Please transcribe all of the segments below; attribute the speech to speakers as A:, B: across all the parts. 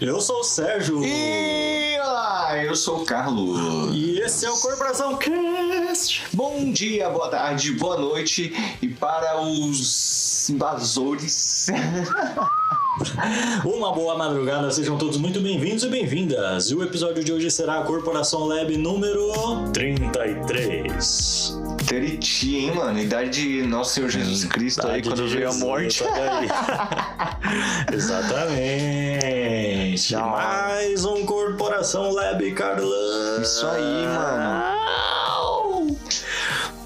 A: Eu sou o Sérgio.
B: E olá, eu sou o Carlos.
A: E esse é o Corporação Cast.
B: Bom dia, boa tarde, boa noite e para os invasores.
A: Uma boa madrugada, sejam todos muito bem-vindos e bem-vindas. E o episódio de hoje será a Corporação Lab número 33.
B: Teriti, hein, mano? Idade de Nosso Senhor Jesus Cristo aí,
A: Hum, Idade
B: quando
A: de
B: veio a
A: Jesus,
B: morte.
A: olha aí. Exatamente.
B: Da hora.
A: Mais um Corporação Lab, Carlão.
B: Isso aí, mano.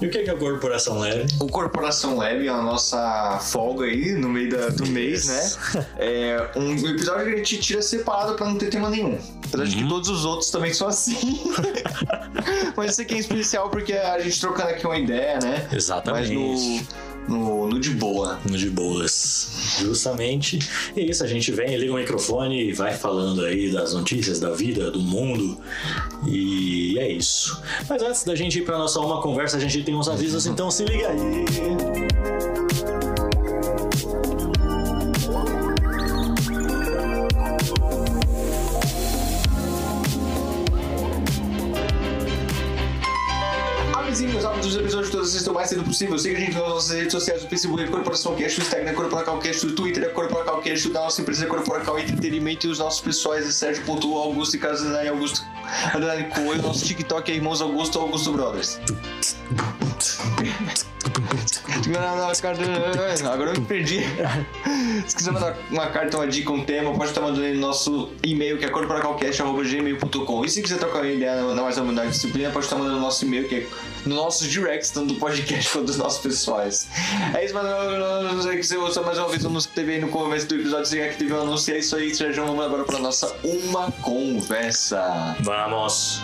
A: E o que é que é a Corporação Lab?
B: O Corporação Lab, a nossa folga aí no meio da- do mês, né? É um episódio que a gente tira separado pra não ter tema nenhum. Apesar
A: Uhum.
B: de que todos os outros também são assim. Mas esse aqui é especial porque a gente trocando aqui uma ideia, né? Mas
A: Exatamente.
B: no, no, no de boa.
A: No de boas. Justamente. E é isso, a gente vem, liga o microfone e vai falando aí das notícias da vida, do mundo. E é isso. Mas antes da gente ir pra nossa uma conversa, a gente tem uns avisos, então se liga aí.
B: Avisinhos, áudios dos episódios todos vocês estão mais cedo possível. Siga a gente nas nossas redes sociais, o Facebook é Corporação Cash, o Instagram é Corporacal Cash, o Twitter é Corporacal Cash, o da nossa empresa é Corporacal Entretenimento e os nossos pessoais é Sérgio Pontu, Augusto e Carlos Andrade Augusto Andrade Coelho, o nosso TikTok é Irmãos Augusto Augusto Brothers. é Agora eu me perdi. Se quiser mandar uma carta, uma dica, um tema, pode estar mandando aí no nosso e-mail que é corporacalcast.gmail.com. E se quiser trocar uma ideia na mais humildade disciplina, pode estar mandando no nosso e-mail que é no nosso direct, tanto do podcast quanto dos nossos pessoais. É isso, mano. Não sei se você ouça mais uma vez o anúncio que teve aí no começo do episódio, se é que teve um anúncio. É isso aí, Sérgio. Vamos agora para nossa Uma Conversa.
A: Vamos!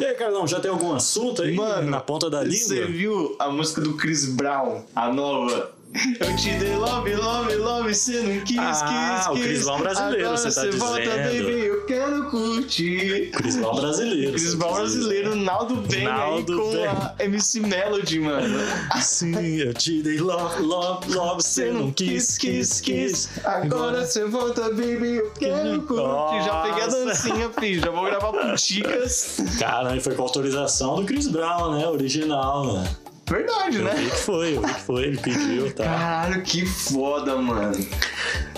A: E aí, Carlão, já tem algum assunto aí
B: Mano,
A: na ponta da
B: Você
A: língua?
B: viu a música do Chris Brown, a nova? Eu te dei love, love, love, você não quis,
A: Ah,
B: quis,
A: o
B: quis.
A: Chris Brown brasileiro,
B: Agora
A: você tá
B: volta,
A: dizendo.
B: baby, eu quero curtir.
A: Chris Brown brasileiro.
B: Chris
A: você
B: Brown
A: quis
B: brasileiro, Naldo Bem aí
A: Naldo
B: com
A: Bem.
B: a MC Melody, mano.
A: dizer. Sim, eu te dei love, love, love, você não quis, quis, quis.
B: Agora você volta, baby, eu quero curtir. Já peguei a
A: Nossa.
B: dancinha, filho, já vou gravar pro Ticas.
A: Cara, e foi com autorização do Chris Brown, né? Original, né?
B: Verdade,
A: Eu vi
B: né?
A: que foi, eu vi que foi, ele pediu, tá?
B: Caralho, que foda, mano.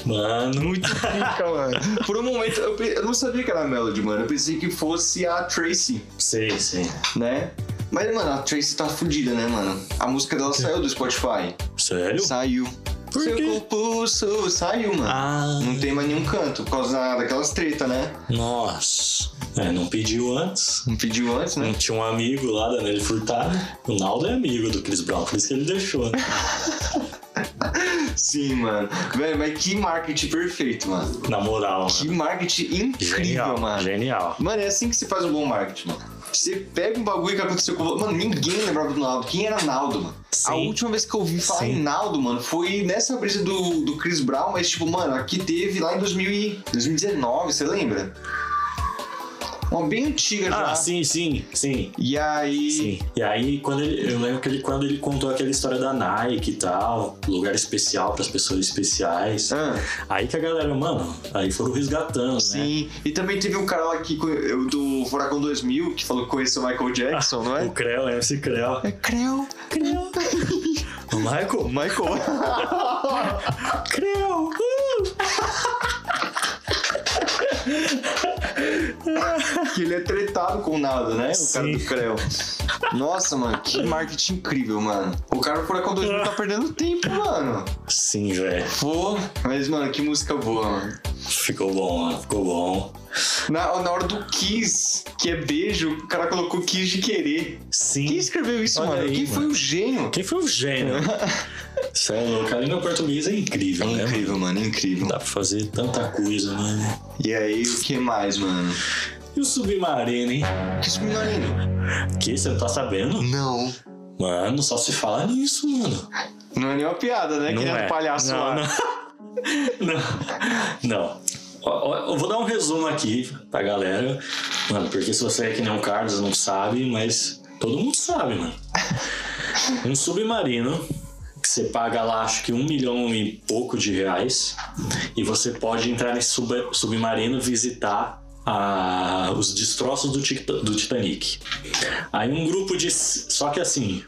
A: Mano,
B: Muito pica, mano. Por um momento, eu, pe- eu não sabia que era a Melody, mano. Eu pensei que fosse a Tracy,
A: sei, sei.
B: né? Mas, mano, a Tracy tá fudida, né, mano? A música dela saiu do Spotify.
A: Sério?
B: Saiu.
A: Por
B: Seu
A: quê?
B: compulso saiu, mano.
A: Ah,
B: Não tem mais nenhum canto, por causa da- daquelas treta, né?
A: nossa. É, não pediu antes.
B: Não pediu antes, né?
A: Não tinha um amigo lá da Nelly Furtado. O Naldo é amigo do Chris Brown, por isso que ele deixou, né?
B: Sim, mano. Velho, mas que marketing perfeito, mano.
A: Na moral,
B: Que
A: né?
B: marketing incrível,
A: Genial,
B: mano.
A: genial.
B: Mano, é assim que se faz um bom marketing, mano. Você pega um bagulho que aconteceu com o. Mano, ninguém lembrava do Naldo. Quem era Naldo, mano?
A: Sim.
B: A última vez que eu ouvi falar
A: Sim.
B: em Naldo, mano, foi nessa brisa do, do Chris Brown, mas tipo, mano, aqui teve lá em 2000 e- 2019, você lembra? Uma bem antiga já.
A: Ah, sim, sim, sim.
B: E aí.
A: Sim. E aí, quando ele, eu lembro que ele, quando ele contou aquela história da Nike e tal, lugar especial para as pessoas especiais,
B: Ah,
A: aí que a galera, mano, aí foram resgatando, né?
B: sim. E também teve um cara lá que, co- eu- do Furacão 2000 que falou que conheceu o Michael Jackson, não
A: O
B: é?
A: Creu, MC Creu.
B: É Creu.
A: Ah. Creu. O Michael.
B: Michael.
A: Creu. Uh!
B: que ele é tretado com o Naldo, né? O cara
A: Sim.
B: do Creu. Nossa, mano, que marketing incrível, mano. O cara do Furacão 2000 tá perdendo tempo, mano.
A: Sim, velho.
B: Pô, mas, mano, que música boa, mano.
A: Ficou bom, mano. Ficou bom.
B: Na, na hora do Kiss, que é beijo, o cara colocou Kiss de querer. Quem
A: Sim.
B: escreveu isso,
A: Olha
B: mano?
A: aí,
B: Quem
A: mano.
B: foi o gênio?
A: Quem foi o gênio? Isso é louco. A língua portuguesa é incrível, né? mano? Então.
B: mano, incrível.
A: Dá pra fazer tanta coisa, mano.
B: E aí, o que mais, mano?
A: E o submarino, hein?
B: Que submarino?
A: Que você não tá sabendo?
B: Não.
A: Mano, só se fala nisso, mano.
B: Não é nenhuma piada, né? que nem a do palhaço
A: Não,
B: lá.
A: não. Não. Não. Ó, ó, Eu vou dar um resumo aqui pra galera. Mano, porque se você é que nem o Carlos não sabe, mas todo mundo sabe, mano. Um submarino que você paga lá acho que um milhão e pouco de reais e você pode entrar nesse sub- submarino visitar a- os destroços do, Tit- do Titanic. Aí um grupo de. Só que assim,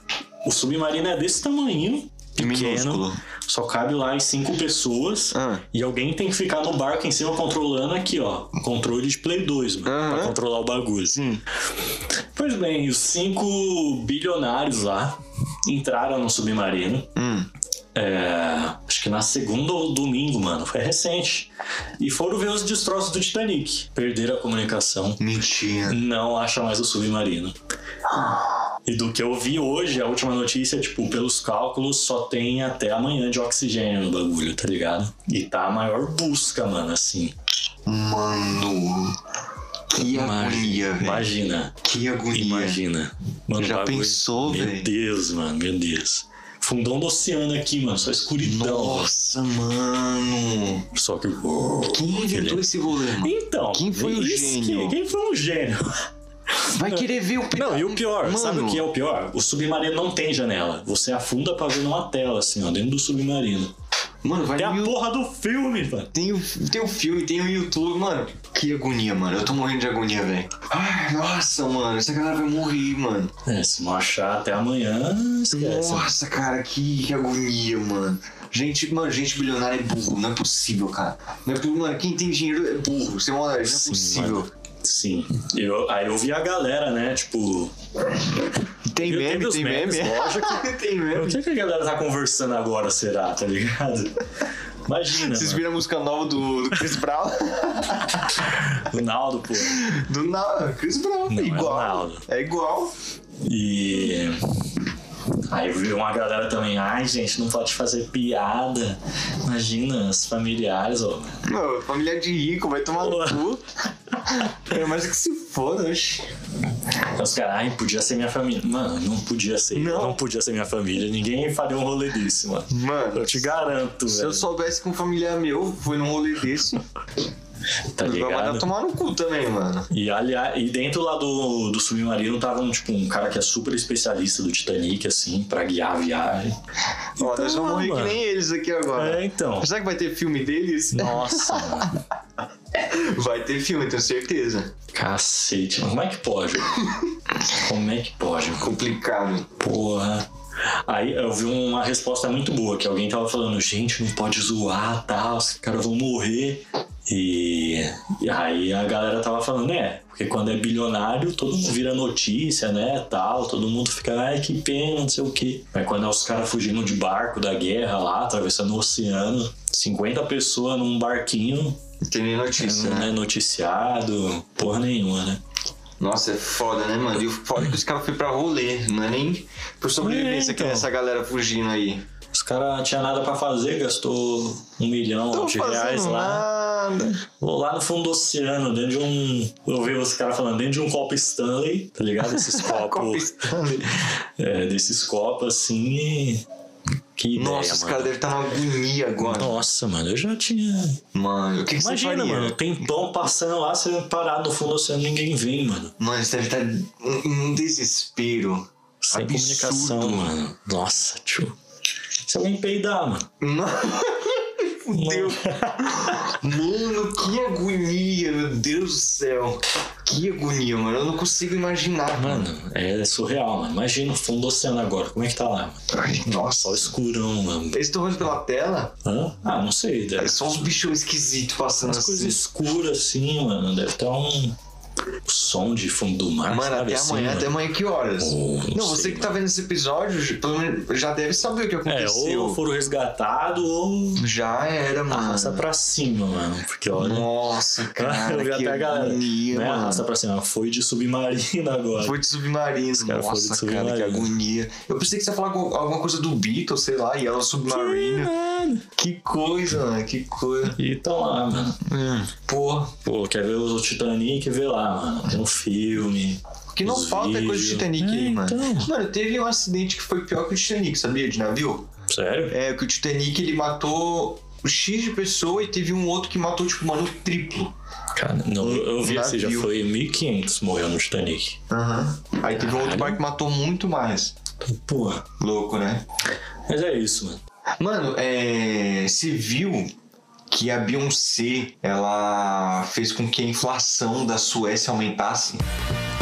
A: o submarino é desse tamanho, pequeno,
B: Minúsculo.
A: só cabe lá em cinco pessoas.
B: Ah.
A: E alguém tem que ficar no barco em cima controlando aqui, ó. Controle de Play 2, mano.
B: Aham.
A: Pra controlar o bagulho.
B: Sim.
A: Pois bem, os cinco bilionários lá entraram no submarino.
B: Hum.
A: É, acho que na segunda ou domingo, mano. Foi recente. E foram ver os destroços do Titanic. Perderam a comunicação.
B: Mentira.
A: Não acha mais o submarino. E do que eu vi hoje, a última notícia, tipo, pelos cálculos, só tem até amanhã de oxigênio no bagulho, tá ligado? E tá a maior busca, mano, assim.
B: Mano. Que agonia, velho.
A: Imagina.
B: Que agonia.
A: Imagina. Mano,
B: Já pensou,
A: Meu
B: velho?
A: Deus, mano, meu Deus. Fundão do oceano aqui, mano, só escuridão.
B: Nossa, mano.
A: Só que.
B: Quem inventou esse rolê, mano?
A: Então,
B: Quem foi o
A: isso que-
B: gênio?
A: quem foi o gênio?
B: Vai querer ver o
A: Não, e o pior,
B: Mano.
A: sabe o que é o pior? O submarino não tem janela. Você afunda pra ver numa tela, assim, ó, dentro do submarino.
B: Mano, vai
A: Tem a
B: no
A: porra do filme, mano.
B: Tem o, tem o filme, tem o YouTube, mano. Que agonia, mano. Eu tô morrendo de agonia, velho. Ai, nossa, mano. Essa galera vai morrer, mano.
A: É, se não achar até amanhã, esquece.
B: Nossa, cara, que, que agonia, mano. Gente, mano, gente bilionária é burro. Não é possível, cara. Não é possível, mano. Quem tem dinheiro é burro. Você mora, não é
A: Sim,
B: possível.
A: mano. Sim. Eu, aí eu vi a galera, né? Tipo.
B: Tem
A: Eu tenho
B: meme,
A: os
B: tem
A: memes,
B: meme.
A: lógico.
B: tem
A: O
B: meme.
A: que, que a galera tá conversando agora, será? Tá ligado? Imagina.
B: Vocês
A: mano.
B: viram a música nova do, do Chris Brown?
A: O Naldo, pô.
B: do Na... Chris Brown,
A: Não, é
B: igual.
A: Ronaldo.
B: É igual.
A: E. Aí veio uma galera também, ai gente, não pode fazer piada. Imagina, os familiares, ó.
B: Não, família de rico, vai tomar
A: Boa.
B: no cu. É mais que se foda, oxe.
A: Então, Os caras, ai, podia ser minha família. Mano, não podia ser.
B: Não.
A: podia ser minha família. Ninguém faria um rolê desse, mano.
B: Mano,
A: Eu te garanto,
B: se
A: velho.
B: eu soubesse que um familiar meu foi num rolê desse,
A: Tá
B: ele vai mandar
A: ligado?
B: tomar no cu também, mano.
A: E, aliás, e dentro lá do, do submarino tava um, tipo, um cara que é super especialista do Titanic, assim, pra guiar a viagem.
B: Ó, nós vamos morrer que
A: Então, mano.
B: nem eles aqui agora.
A: É, então.
B: Será que vai ter filme deles?
A: Nossa, mano.
B: Vai ter filme, tenho certeza.
A: Cacete, mano. Como é que pode? mano? Como é que pode? mano?
B: Complicado.
A: Porra. Aí eu vi uma resposta muito boa, que alguém tava falando, gente, não pode zoar, tal, os caras vão morrer. E, e aí a galera tava falando, né? Porque quando é bilionário, todo mundo vira notícia, né? Tal, todo mundo fica, ai, que pena, não sei o quê. Mas quando é os caras fugindo de barco da guerra lá, atravessando o oceano, 50 pessoas num barquinho,
B: Não tem nem notícia,
A: não
B: né?
A: é noticiado, porra nenhuma, né?
B: Nossa, é foda, né, mano? E o foda é que os caras foram pra rolê, não é nem por sobrevivência
A: É,
B: que
A: então.
B: é essa galera fugindo aí.
A: Os caras não tinham nada pra fazer, gastou um milhão
B: Tô
A: de reais
B: fazendo
A: lá.
B: nada.
A: Vou lá no fundo do oceano, dentro de um. Eu vi os caras falando, dentro de um copo Stanley, tá ligado? Esses
B: Copa
A: copos.
B: Stanley.
A: é, desses copos assim. e- Que ideia,
B: Nossa, os
A: mano.
B: caras devem estar na agonia agora.
A: Nossa, mano, eu já tinha.
B: Mano, o que, que
A: Imagina,
B: você faria?
A: mano, tem pão passando lá, você parar no fundo do oceano, ninguém vem, mano.
B: Mano, você deve estar em um desespero.
A: Sem
B: Absurdo.
A: comunicação, mano. Nossa, tio. Se alguém peidar, mano.
B: Mano, Fudeu. Mano, que agonia, meu Deus do céu. Que agonia, mano. Eu não consigo imaginar, mano.
A: Mano, é surreal, mano. Imagina o fundo do oceano agora, como é que tá lá? Mano?
B: Ai,
A: Só
B: nossa.
A: escurão, mano.
B: Eles estão olhando pela tela,
A: Hã? Ah, não sei. Deve...
B: é só uns bichos esquisitos passando
A: Umas
B: assim.
A: coisas escuras assim, mano. Deve ter um som de fundo do mar.
B: Mano,
A: sabe,
B: até
A: assim,
B: amanhã,
A: mano?
B: até amanhã que horas?
A: Oh, não
B: não, você
A: sei,
B: que tá vendo esse episódio, pelo menos já deve saber o que
A: É,
B: aconteceu.
A: ou foram resgatados ou
B: Já era, mano.
A: arrasta pra cima, mano. Porque olha.
B: Ah. Nossa, cara,
A: Ah, eu vi
B: que
A: até a galera.
B: agonia,
A: né,
B: mano.
A: arrasta pra cima. Foi de submarino agora.
B: Foi de submarino,
A: caras foram
B: nossa,
A: de
B: cara, que
A: submarino.
B: agonia. Eu pensei que você ia falar algu- alguma coisa do Beatles, sei lá, e ela submarino.
A: Mano.
B: Que coisa, mano, que coisa.
A: E tão lá, mano. Hum.
B: Pô,
A: Pô, quer ver o Titanic? Vê lá, mano. Tem um filme.
B: o que não
A: os
B: falta é coisa de
A: vídeos.
B: Titanic
A: É,
B: aí, mano.
A: então.
B: Mano, teve um acidente que foi pior que o Titanic, sabia, de navio?
A: Sério?
B: É, que o Titanic, ele matou X de pessoa e teve um outro que matou, tipo, mano, o triplo.
A: Cara, não, eu vi esse já
B: Navio.
A: foi 1500 morreu no Titanic.
B: Aí teve um outro
A: Caralho.
B: bar que matou muito mais.
A: Então, porra.
B: Louco, né?
A: Mas é isso, mano.
B: Mano, é... você viu que a Beyoncé ela fez com que a inflação da Suécia aumentasse?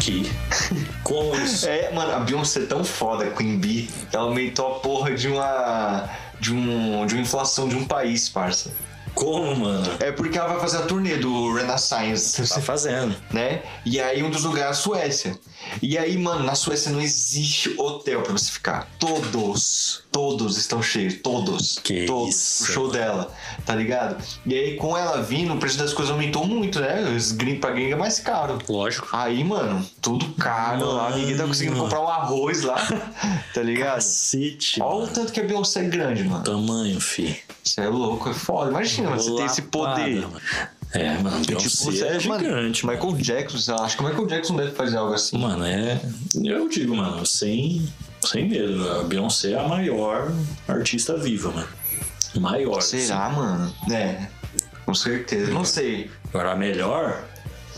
A: Que. Como isso?
B: É, mano, a Beyoncé é tão foda, Queen Bee, ela aumentou a porra de uma. De, um, de uma inflação de um país, parça.
A: Como, mano?
B: É porque ela vai fazer a turnê do Renaissance,
A: Tá fazendo.
B: né? E aí um dos lugares é a Suécia. E aí, mano, na Suécia não existe hotel pra você ficar. Todos, todos estão cheios, todos.
A: Que
B: todos.
A: isso,
B: o show dela, tá ligado? E aí com ela vindo, o preço das coisas aumentou muito, né? Os gringos pra gringa é mais caro.
A: Lógico.
B: Aí, mano, tudo caro lá, ninguém tá conseguindo
A: Mano.
B: comprar um arroz lá, tá ligado?
A: Cacete.
B: Olha o
A: mano.
B: tanto que a Beyoncé é grande, mano.
A: Tamanho, fi.
B: Você é louco, é foda. Imagina, mano, você tem esse
A: Lapada,
B: poder.
A: mano. É, mano.
B: E, tipo,
A: Beyoncé é
B: mano,
A: gigante, mano.
B: Michael Jackson, sei lá, acho que o Michael Jackson deve fazer algo assim.
A: Mano, é. Eu digo, mano, sem, sem medo. A Beyoncé é a maior artista viva, mano. Maior. assim.
B: Será, mano? É. Com certeza. Não sei.
A: Agora, a melhor?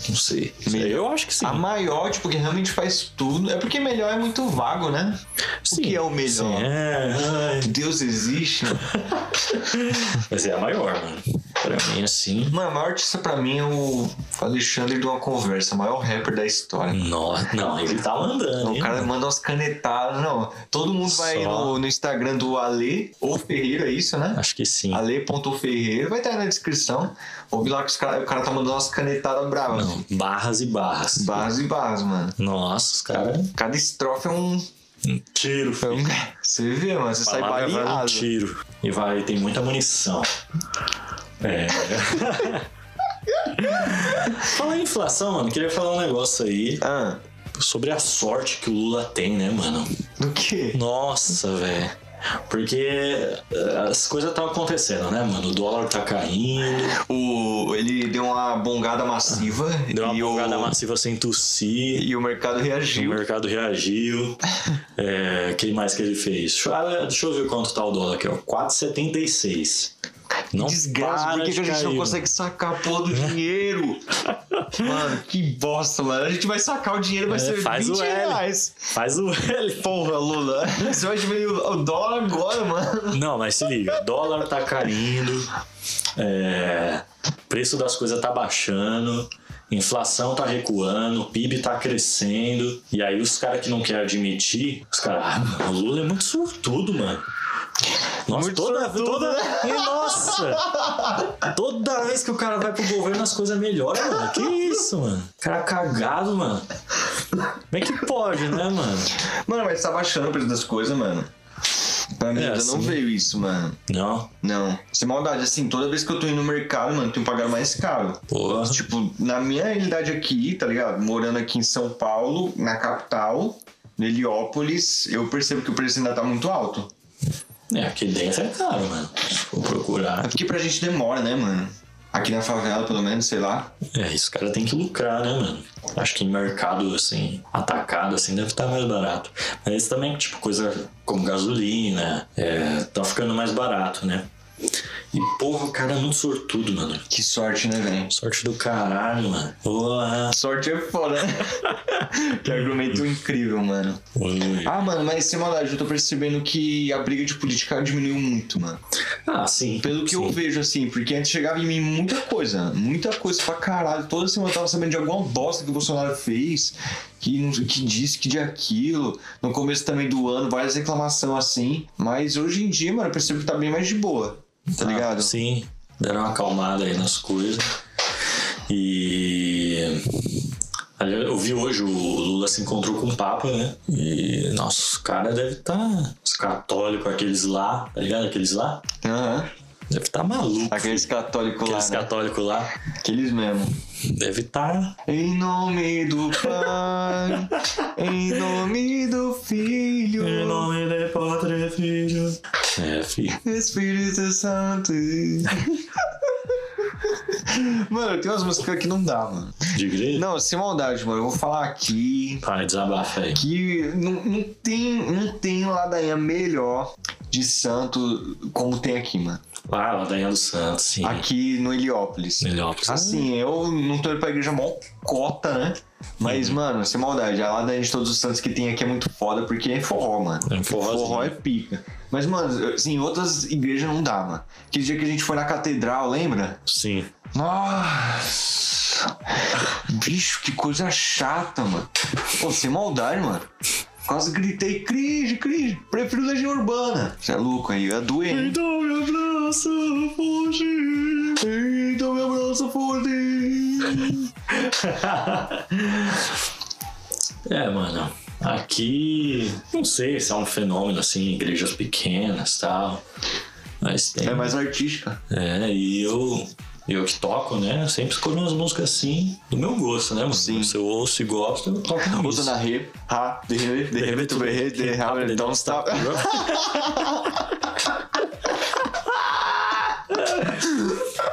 A: Não sei.
B: Melhor.
A: Eu acho que sim.
B: A maior, tipo, que realmente faz tudo. É porque melhor é muito vago, né?
A: Sim.
B: O que é o melhor?
A: Sim, é. Ai,
B: Deus existe.
A: Mas é a maior, mano. Pra mim, assim.
B: Mano, a maior artista pra mim é o Alexandre de uma conversa, o maior rapper da história.
A: Nossa, não, ele tá mandando.
B: O
A: hein,
B: cara
A: mano?
B: manda umas canetadas, não. Todo mundo vai
A: Só.
B: no, no Instagram do Ale ou Ferreira, é isso, né?
A: Acho que sim.
B: Ale.ferreira, vai estar aí na descrição. Ouve lá que os cara, o cara tá mandando umas canetadas bravas.
A: Não, barras e barras.
B: Barras e barras, mano.
A: Nossa, os caras.
B: Cada estrofe é um.
A: Tiro,
B: é
A: filho.
B: um- Você vê, mano, você sai
A: Palavra vale um
B: baleado.
A: tiro. E vai, tem muita munição. É. Falar em inflação, mano, queria falar um negócio aí
B: Ah,
A: sobre a sorte que o Lula tem, né, mano?
B: do quê?
A: Nossa, velho. Porque eh, as coisas estão acontecendo, né, mano? O dólar tá caindo,
B: O, ele deu uma bongada massiva.
A: deu uma
B: e
A: bugada
B: o,
A: massiva sem tossir.
B: E o mercado
A: O
B: reagiu.
A: mercado reagiu. É, quem mais que ele fez? Deixa, eu- ah, deixa eu ver quanto tá o dólar aqui, ó. 4,76. Não
B: Desgraça,
A: para
B: por que,
A: de
B: que a gente não
A: cair,
B: consegue sacar a porra do dinheiro? mano, que bosta, mano. A gente vai sacar o dinheiro, vai
A: É,
B: ser
A: faz o
B: 20
A: L.
B: reais.
A: mano. Faz o L.
B: Porra, Lula. Você vai diminuir o o dólar agora, mano.
A: Não, mas se liga. O dólar tá caindo. é, preço das coisas tá baixando. Inflação tá recuando, o PIB tá crescendo. E aí os caras que não querem admitir, os caras, ah, mano, o Lula é muito sortudo, mano. Nossa,
B: Muito
A: toda,
B: sortudo, né?
A: toda, e nossa! Toda vez que o cara vai pro governo as coisas melhoram, mano. Que isso, mano? Cara é cagado, mano. Como é que pode, né, mano?
B: Mano, mas tá baixando o preço das coisas, mano. Pra mim
A: É,
B: ainda não
A: assim.
B: veio isso, mano.
A: Não,
B: Não. Sem maldade, assim, toda vez que eu tô indo no mercado, mano, tenho que pagar mais caro.
A: porra.
B: Tipo, na minha realidade aqui, tá ligado? Morando aqui em São Paulo, na capital, no Heliópolis, eu percebo que o preço ainda tá muito alto.
A: É, aqui dentro é caro, mano. Se for
B: É
A: procurar.
B: porque pra gente demora, né, mano? Aqui na favela, pelo menos, sei lá.
A: É, isso, cara tem que lucrar, né, mano? Acho que em mercado, assim, atacado, assim, deve estar mais barato. Mas também, tipo, coisa como gasolina, é, tá ficando mais barato, né? E, porra, o cara é muito sortudo, mano.
B: Que sorte, né, velho?
A: Sorte do caralho, mano. Porra.
B: Sorte é foda, né? que argumento incrível, mano.
A: Ui.
B: Ah, mano, mas sem maldade, eu tô percebendo que a briga de política diminuiu muito, mano.
A: Ah, sim.
B: Pelo que eu
A: sim.
B: vejo, assim, porque antes chegava em mim muita coisa, muita coisa pra caralho. Toda semana eu tava sabendo de alguma bosta que o Bolsonaro fez, que, não- que disse, que de aquilo. No começo também do ano, várias reclamações assim. Mas hoje em dia, mano, eu percebo que tá bem mais de boa, tá ligado?
A: Sim, deram uma acalmada aí nas coisas. E. aliás, Eu vi hoje o Lula se encontrou com o Papa, né? E, nossa, os caras devem estar. os católicos, aqueles lá, tá ligado? Aqueles lá?
B: Aham.
A: Deve estar maluco.
B: Aqueles católicos lá,
A: Aqueles
B: né?
A: católicos lá.
B: Aqueles mesmo.
A: Deve tá. estar.
B: Em nome do Pai, em nome do Filho,
A: nome de Padre Filho. É, filho.
B: Espírito Santo. Mano, tem umas músicas que não dá, mano.
A: De igreja?
B: Não, sem maldade, mano. Eu vou falar aqui
A: Pai, desabafa aí.
B: que não, não tem, não tem ladainha melhor de santo como tem aqui, mano.
A: Ah, Ladainha dos Santos, sim.
B: Aqui no Heliópolis.
A: Heliópolis.
B: Assim, eu não tô indo pra igreja mó cota, né? Mas, mano, sem maldade, a ladainha de todos os santos que tem aqui é muito foda, porque é forró, mano.
A: É um forrozinho.
B: forró é pica. Mas, mano, assim, em outras igrejas não dá, mano. Que dia que a gente foi na catedral, lembra?
A: Sim.
B: Nossa! Bicho, que coisa chata, mano. Pô, sem maldade, mano. Quase gritei, cringe, cringe. Prefiro Legião Urbana. Você é louco aí, é doente.
A: Então me abraça, fugir.
B: Então meu braço fode.
A: É, mano. Aqui, não sei se é um fenômeno assim, igrejas pequenas e tal. Mas tem.
B: É mais artística.
A: É, e eu, eu que toco, né? eu sempre escolho umas músicas assim, do meu gosto, né, mano?
B: Sim.
A: Se eu ouço e gosto, eu toco na
B: Usa
A: música.
B: na re, ha, de re, de re, tu berre, de re, então está.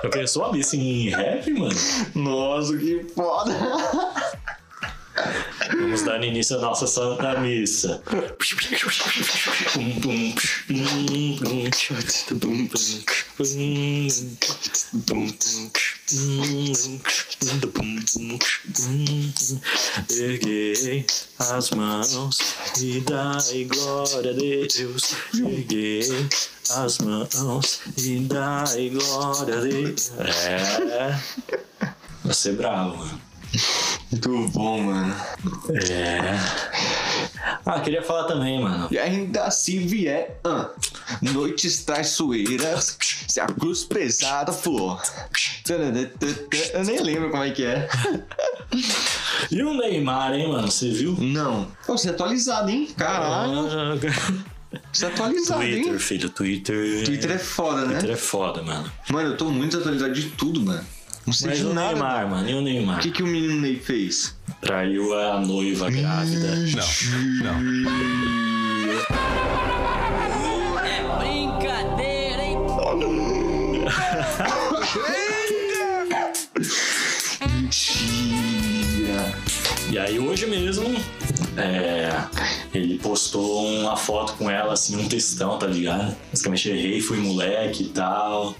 A: Eu pensou a missa em rap, mano?
B: Nossa, que foda.
A: Vamos dar início à nossa Santa Missa. Erguei as mãos e dai glória a Deus. Erguei as mãos e dai glória a Deus. É. Vai ser bravo, mano.
B: Muito bom, mano.
A: É. Ah, queria falar também, mano.
B: E ainda se vier, ah, noites traiçoeiras, se a cruz pesada for. Eu nem lembro como é que é.
A: E o Neymar, hein, mano? Você viu? Ah,
B: Não. Pô, você é atualizado, hein? Caralho. Você é atualizado,
A: Twitter,
B: hein?
A: filho, Twitter.
B: Twitter é foda, né?
A: Twitter é foda, mano.
B: Mano, eu tô muito atualizado de tudo, mano. Não sei
A: Mas
B: de
A: o
B: nada.
A: Neymar, mano, e o Neymar?
B: O que, que o menino Ney fez?
A: Traiu a noiva grávida.
B: Não,
C: É brincadeira, hein?
B: Mentira.
A: E aí hoje mesmo, é, ele postou uma foto com ela, assim, um textão, tá ligado? Basicamente errei, fui moleque e tal.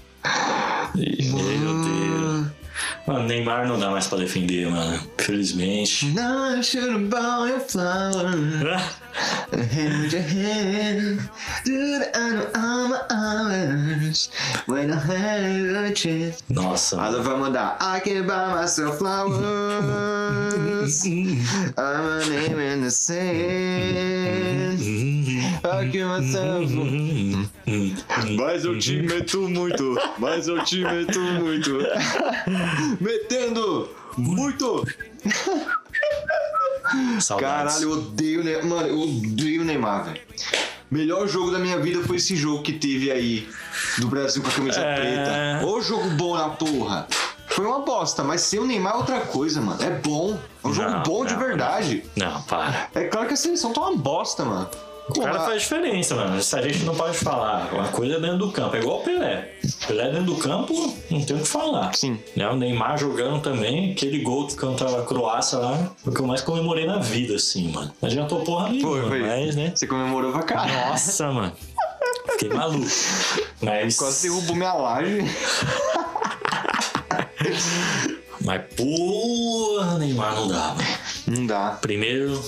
A: E, meu Deus. Mano, Neymar não dá mais pra defender, mano. Infelizmente.
B: Now I should buy a flower. Hand your hand. Do the honor of my hours. When I had a chance.
A: Nossa.
B: Ela vai mandar I can buy myself flowers. I'm a name in the sand. I can myself.
A: Hum,
B: Mas eu te meto muito, mas eu te meto muito. Metendo muito.
A: Saudades.
B: Caralho, eu odeio o Neymar. Mano, eu odeio o Neymar, velho. Melhor jogo da minha vida foi esse jogo que teve aí do Brasil com a camisa
A: É.
B: preta. Ô jogo bom na porra. Foi uma bosta, mas sem o Neymar é outra coisa, mano. É bom. É um jogo
A: Não,
B: bom de
A: não,
B: verdade.
A: Não, para.
B: É claro que a seleção tá uma bosta, mano.
A: O cara
B: Porra,
A: faz diferença, mano. Isso a gente não pode falar. Uma coisa é dentro do campo. É igual o Pelé. Pelé dentro do campo, não tem o que falar.
B: Sim.
A: Né, O Neymar jogando também, aquele gol contra a Croácia lá, foi o que eu mais comemorei na vida, assim, mano. Não adiantou porra nenhuma,
B: Foi, foi.
A: mas, né?
B: Você comemorou pra caralho.
A: Nossa, mano. Fiquei maluco. Mas,
B: Quase derrubou minha laje.
A: mas porra, Neymar não dá, mano.
B: Não dá.
A: Primeiro,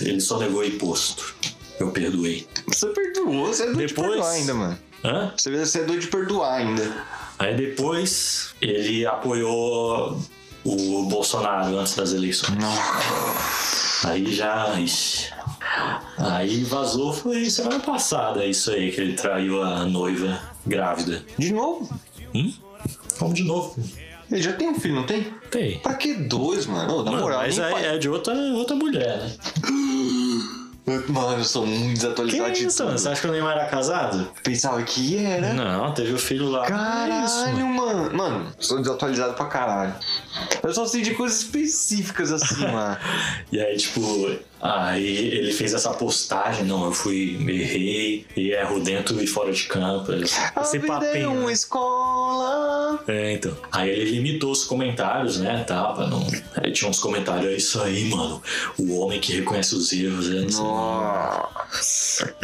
A: ele só negou imposto. Eu perdoei.
B: Você perdoou, você é doido de
A: Depois-
B: perdoar ainda, mano.
A: Hã?
B: Você você é doido de perdoar ainda.
A: Aí depois ele apoiou o Bolsonaro antes das eleições. Aí já. ixi. Aí vazou, foi semana passada isso aí, que ele traiu a noiva grávida.
B: De novo?
A: Vamos de novo.
B: Ele já tem um filho, não tem?
A: Tem.
B: Pra que dois, mano? Ô, na
A: Mano,
B: moral,
A: mas
B: nem
A: aí
B: faz-
A: é de outra, outra mulher, né?
B: Mano, eu sou muito
A: é- Que
B: desatualizado de
A: isso, mano? é então?
B: tudo.
A: Você acha que o Neymar era casado?
B: Pensava que era.
A: Não, teve o filho lá. Que
B: É. Caralho,
A: é isso, mano?
B: mano. Mano, sou desatualizado pra caralho. Eu só sei de coisas específicas assim lá.
A: E aí, tipo, aí ele fez essa postagem, não, eu fui, me errei, e erro dentro e fora de campo.
B: A
A: Esse
B: vida é
A: papinho.
B: uma
A: né?
B: escola.
A: É, então. Aí ele limitou os comentários, né? Tá, pra não. Aí tinha uns comentários, é isso aí, mano. O homem que reconhece os erros, é. não sei lá.
B: Nossa.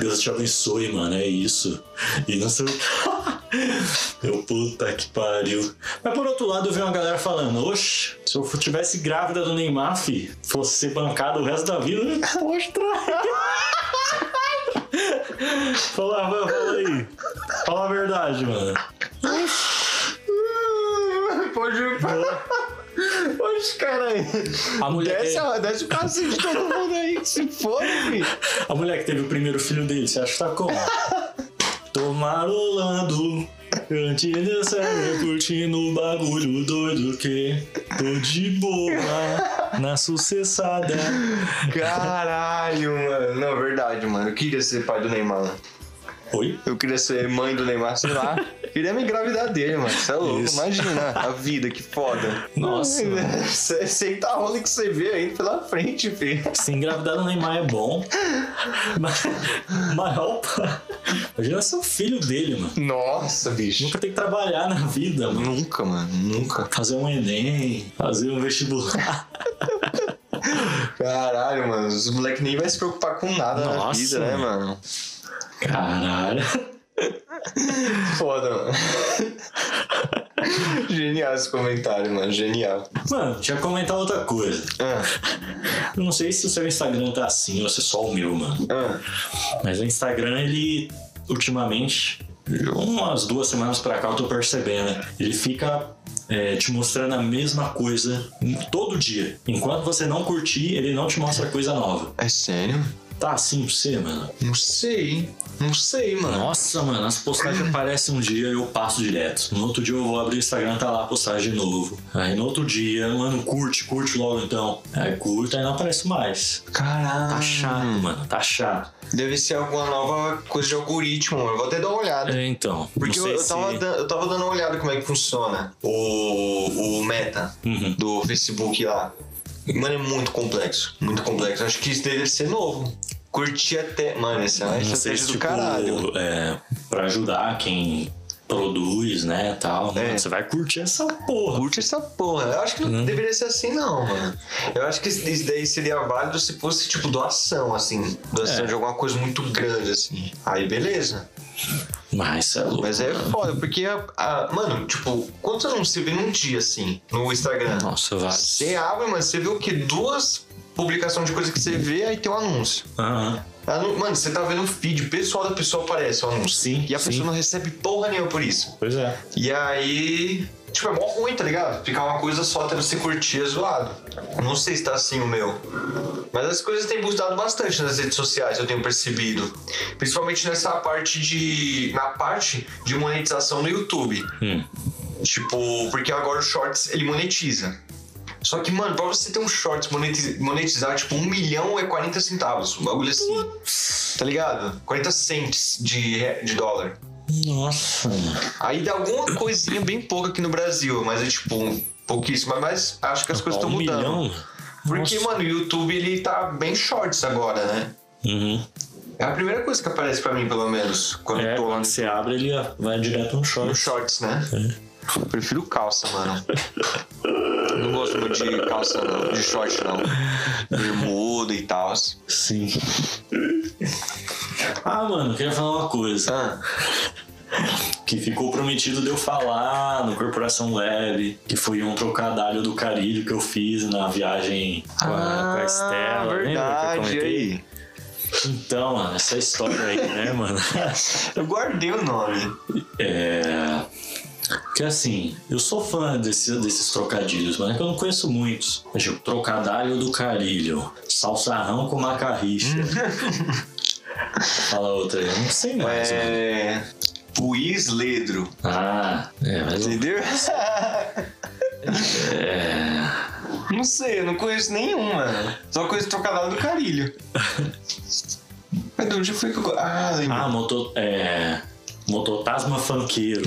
A: Deus te abençoe, mano. É isso. E não sei o Meu puta que pariu. Mas por outro lado, eu vi uma galera falando: Oxe, se eu tivesse grávida do Neymar, fi, fosse ser bancado o resto da vida, poxa, Fala, vai, fala aí. Fala a verdade, mano.
B: Pode. Os caras aí.
A: A mulher, é-
B: Desce,
A: que,
B: a- desce o cacete de todo mundo aí, que se for, filho.
A: a mulher que teve o primeiro filho dele, você acha que tá como? Tô marolando. Antes de sair curtindo o bagulho doido que tô de boa na sucessada.
B: Caralho, mano. Não, é verdade, mano. Eu queria ser pai do Neymar. mano.
A: Oi?
B: Eu queria ser mãe do Neymar, sei lá. Queria me engravidar dele, mano. Você é louco,
A: Isso.
B: imagina a vida, que foda.
A: Nossa.
B: Você Senta a rola que você vê aí pela frente, filho.
A: Se engravidar do Neymar é bom. Mas, mas opa, imagina ser o filho dele, mano.
B: Nossa, bicho.
A: Nunca tem que trabalhar na vida, mano.
B: Nunca, mano. Nunca.
A: Fazer um Enem, fazer um vestibular.
B: Caralho, mano. Os moleques nem vai se preocupar com nada na
A: Nossa,
B: vida, né, mano?
A: Caralho.
B: Foda, mano. Genial esse comentário, mano. Genial.
A: Mano, deixa eu comentar outra coisa.
B: Ah,
A: Eu não sei se o seu Instagram tá assim ou se é só o meu, mano.
B: ah.
A: Mas o Instagram, ele ultimamente, umas duas semanas pra cá eu tô percebendo, né? ele fica é, te mostrando a mesma coisa em- todo dia. Enquanto você não curtir, ele não te mostra coisa nova.
B: É sério?
A: Tá assim pra você, mano?
B: Não sei. Não sei, mano.
A: Nossa, mano, as postagens aparecem um dia e eu passo direto. No outro dia eu vou abrir o Instagram, tá lá a postagem de novo. Aí no outro dia, "Ah, mano, curte, curte logo então. Aí curta aí não aparece mais.
B: Caralho.
A: Tá chato, mano, tá chato.
B: Deve ser alguma nova coisa de algoritmo, mano. Eu Vou até dar uma olhada.
A: É, então,
B: Porque
A: não
B: eu,
A: sei
B: eu tava
A: se...
B: dan- eu tava dando uma olhada como é que funciona o, o meta
A: Uhum.
B: do Facebook lá. Mano, é muito complexo. Muito complexo. Acho que isso deve ser novo. Curti até. Mano, essa é uma
A: Não sei
B: estratégia
A: se,
B: do
A: tipo,
B: caralho.
A: É, pra ajudar quem produz, né, tal.
B: É.
A: Mano, Você vai curtir essa porra.
B: Curte essa porra. Eu acho que
A: Uhum.
B: não deveria ser assim, não, mano. Eu acho que isso daí seria válido se fosse, tipo, doação, assim. Doação
A: É.
B: de alguma coisa muito grande, assim. Aí, beleza.
A: Mas isso é louco.
B: Mas é foda, porque, a, a- mano, tipo, quantos anúncios você vê num dia, assim, no Instagram?
A: Nossa, vai.
B: Você abre, mano, você vê o quê? Duas publicações de coisa que você vê, aí tem um anúncio.
A: Aham.
B: Anu- Mano, você tá vendo um feed, o pessoal da pessoa aparece o anúncio.
A: Sim,
B: E a
A: sim.
B: pessoa não recebe porra nenhuma por isso.
A: Pois é.
B: E aí. Tipo, é mó ruim, tá ligado? Ficar uma coisa só até você curtir é zoado. Não sei se tá assim o meu. Mas as coisas têm mudado bastante nas redes sociais, eu tenho percebido. Principalmente nessa parte de. na parte de monetização no YouTube.
A: Hum.
B: Tipo, porque agora o Shorts ele monetiza. Só que, mano, pra você ter um Shorts monetiz- monetizar, tipo, um milhão é 40 centavos. Um bagulho assim. Tá ligado? 40 cents de, re- de dólar.
A: Nossa, mano.
B: Aí dá alguma coisinha bem pouca aqui no Brasil, mas é tipo um pouquíssima, mas acho que as coisas estão
A: um
B: mudando.
A: milhão?
B: Porque,
A: Nossa.
B: mano, o YouTube ele tá bem shorts agora, né?
A: Uhum.
B: É a primeira coisa que aparece pra mim, pelo menos, quando
A: É,
B: eu tô lá
A: quando você abre, ele vai direto no
B: no
A: short.
B: shorts, né?
A: É.
B: Eu prefiro calça, mano. não gosto muito de calça, não, de short, não. Bermuda e tal.
A: Sim. ah, mano, queria falar uma coisa.
B: Ah,
A: que ficou prometido de eu falar no Corporação Leve, que foi um trocadilho do carilho que eu fiz na viagem com a, com a Estela. lembra que eu
B: Ah, verdade, e
A: comentei?
B: aí?
A: Então, mano, essa história aí, né, mano?
B: Eu guardei o nome.
A: É. Que assim, eu sou fã desse- desses trocadilhos, mas é que eu não conheço muitos. É Tipo, trocadilho do carilho, salsarrão com macarricha. Fala outra aí, eu não sei mais. mano.
B: Hum. É. Puiz Ledro.
A: Ah, é, mas eu
B: Entendeu?
A: É.
B: Não sei, eu não conheço nenhum, mano. Só conheço trocadilho do Carilho. Mas de onde foi que eu. go- Ah, lembrei.
A: Ah, moto, é, mototasma funkeiro.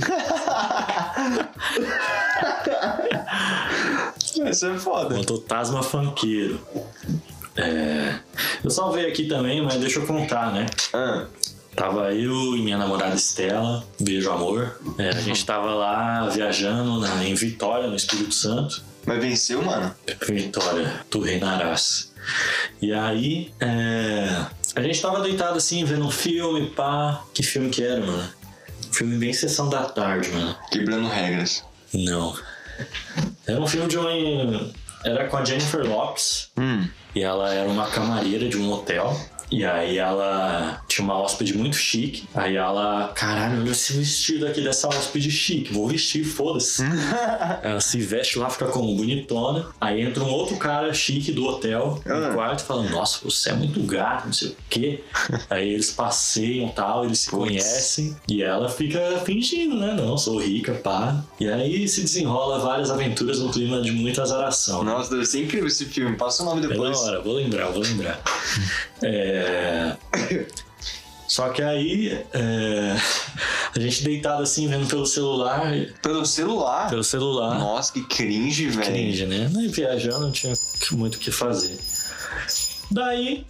B: Isso é foda.
A: Quanto Fantasma Funkeiro. É, Eu salvei aqui também, mas deixa eu contar, né?
B: Ah,
A: Tava eu e minha namorada Estela, beijo amor. É, a gente tava lá viajando na- em Vitória, no Espírito Santo.
B: mas venceu, mano.
A: Vitória, tu reinarás. E aí, é, a gente tava deitado assim, vendo um filme, pá. Que filme que era, mano? Filme bem sessão da tarde, mano.
B: Quebrando regras.
A: Não. Era um filme de uma. Era com a Jennifer Lopes.
B: Hum.
A: E ela era uma camareira de um hotel. E aí ela tinha uma hóspede muito chique. Aí ela, caralho, olha esse vestido aqui dessa hóspede chique. Vou vestir, foda-se. ela se veste lá, fica como bonitona. Aí entra um outro cara chique do hotel
B: Ah.
A: no quarto e fala, nossa, você é muito gato, não sei o quê. aí eles passeiam e tal, eles se conhecem. E ela fica fingindo, né? Não, sou rica, pá. E aí se desenrola várias aventuras num clima de muita azaração. né?
B: Nossa, deve ser incrível esse filme. Passa o nome
A: É
B: depois.
A: da hora, vou lembrar, vou lembrar. É, Só que aí, é, a gente deitado assim, vendo pelo celular,
B: Pelo celular.
A: pelo celular,
B: Nossa, que cringe, velho.
A: cringe, né? Né, Viajando, não tinha muito o que fazer. Daí,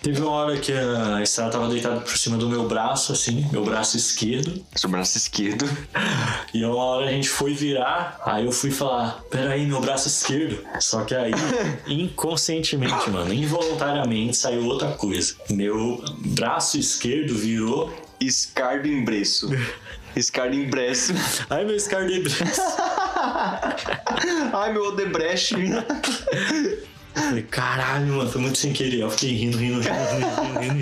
A: teve uma hora que a Estela tava deitada por cima do meu braço, assim, meu braço esquerdo.
B: Seu braço esquerdo.
A: E uma hora a gente foi virar, aí eu fui falar, peraí, meu braço esquerdo. Só que aí, inconscientemente, mano, involuntariamente saiu outra coisa. Meu braço esquerdo virou.
B: Escardo em breço. Escardo em breço.
A: Ai, meu é escardebreço.
B: Ai, meu Odebrecht.
A: Falei, caralho, mano, foi muito sem querer. Eu fiquei rindo, rindo, rindo, rindo, rindo, rindo,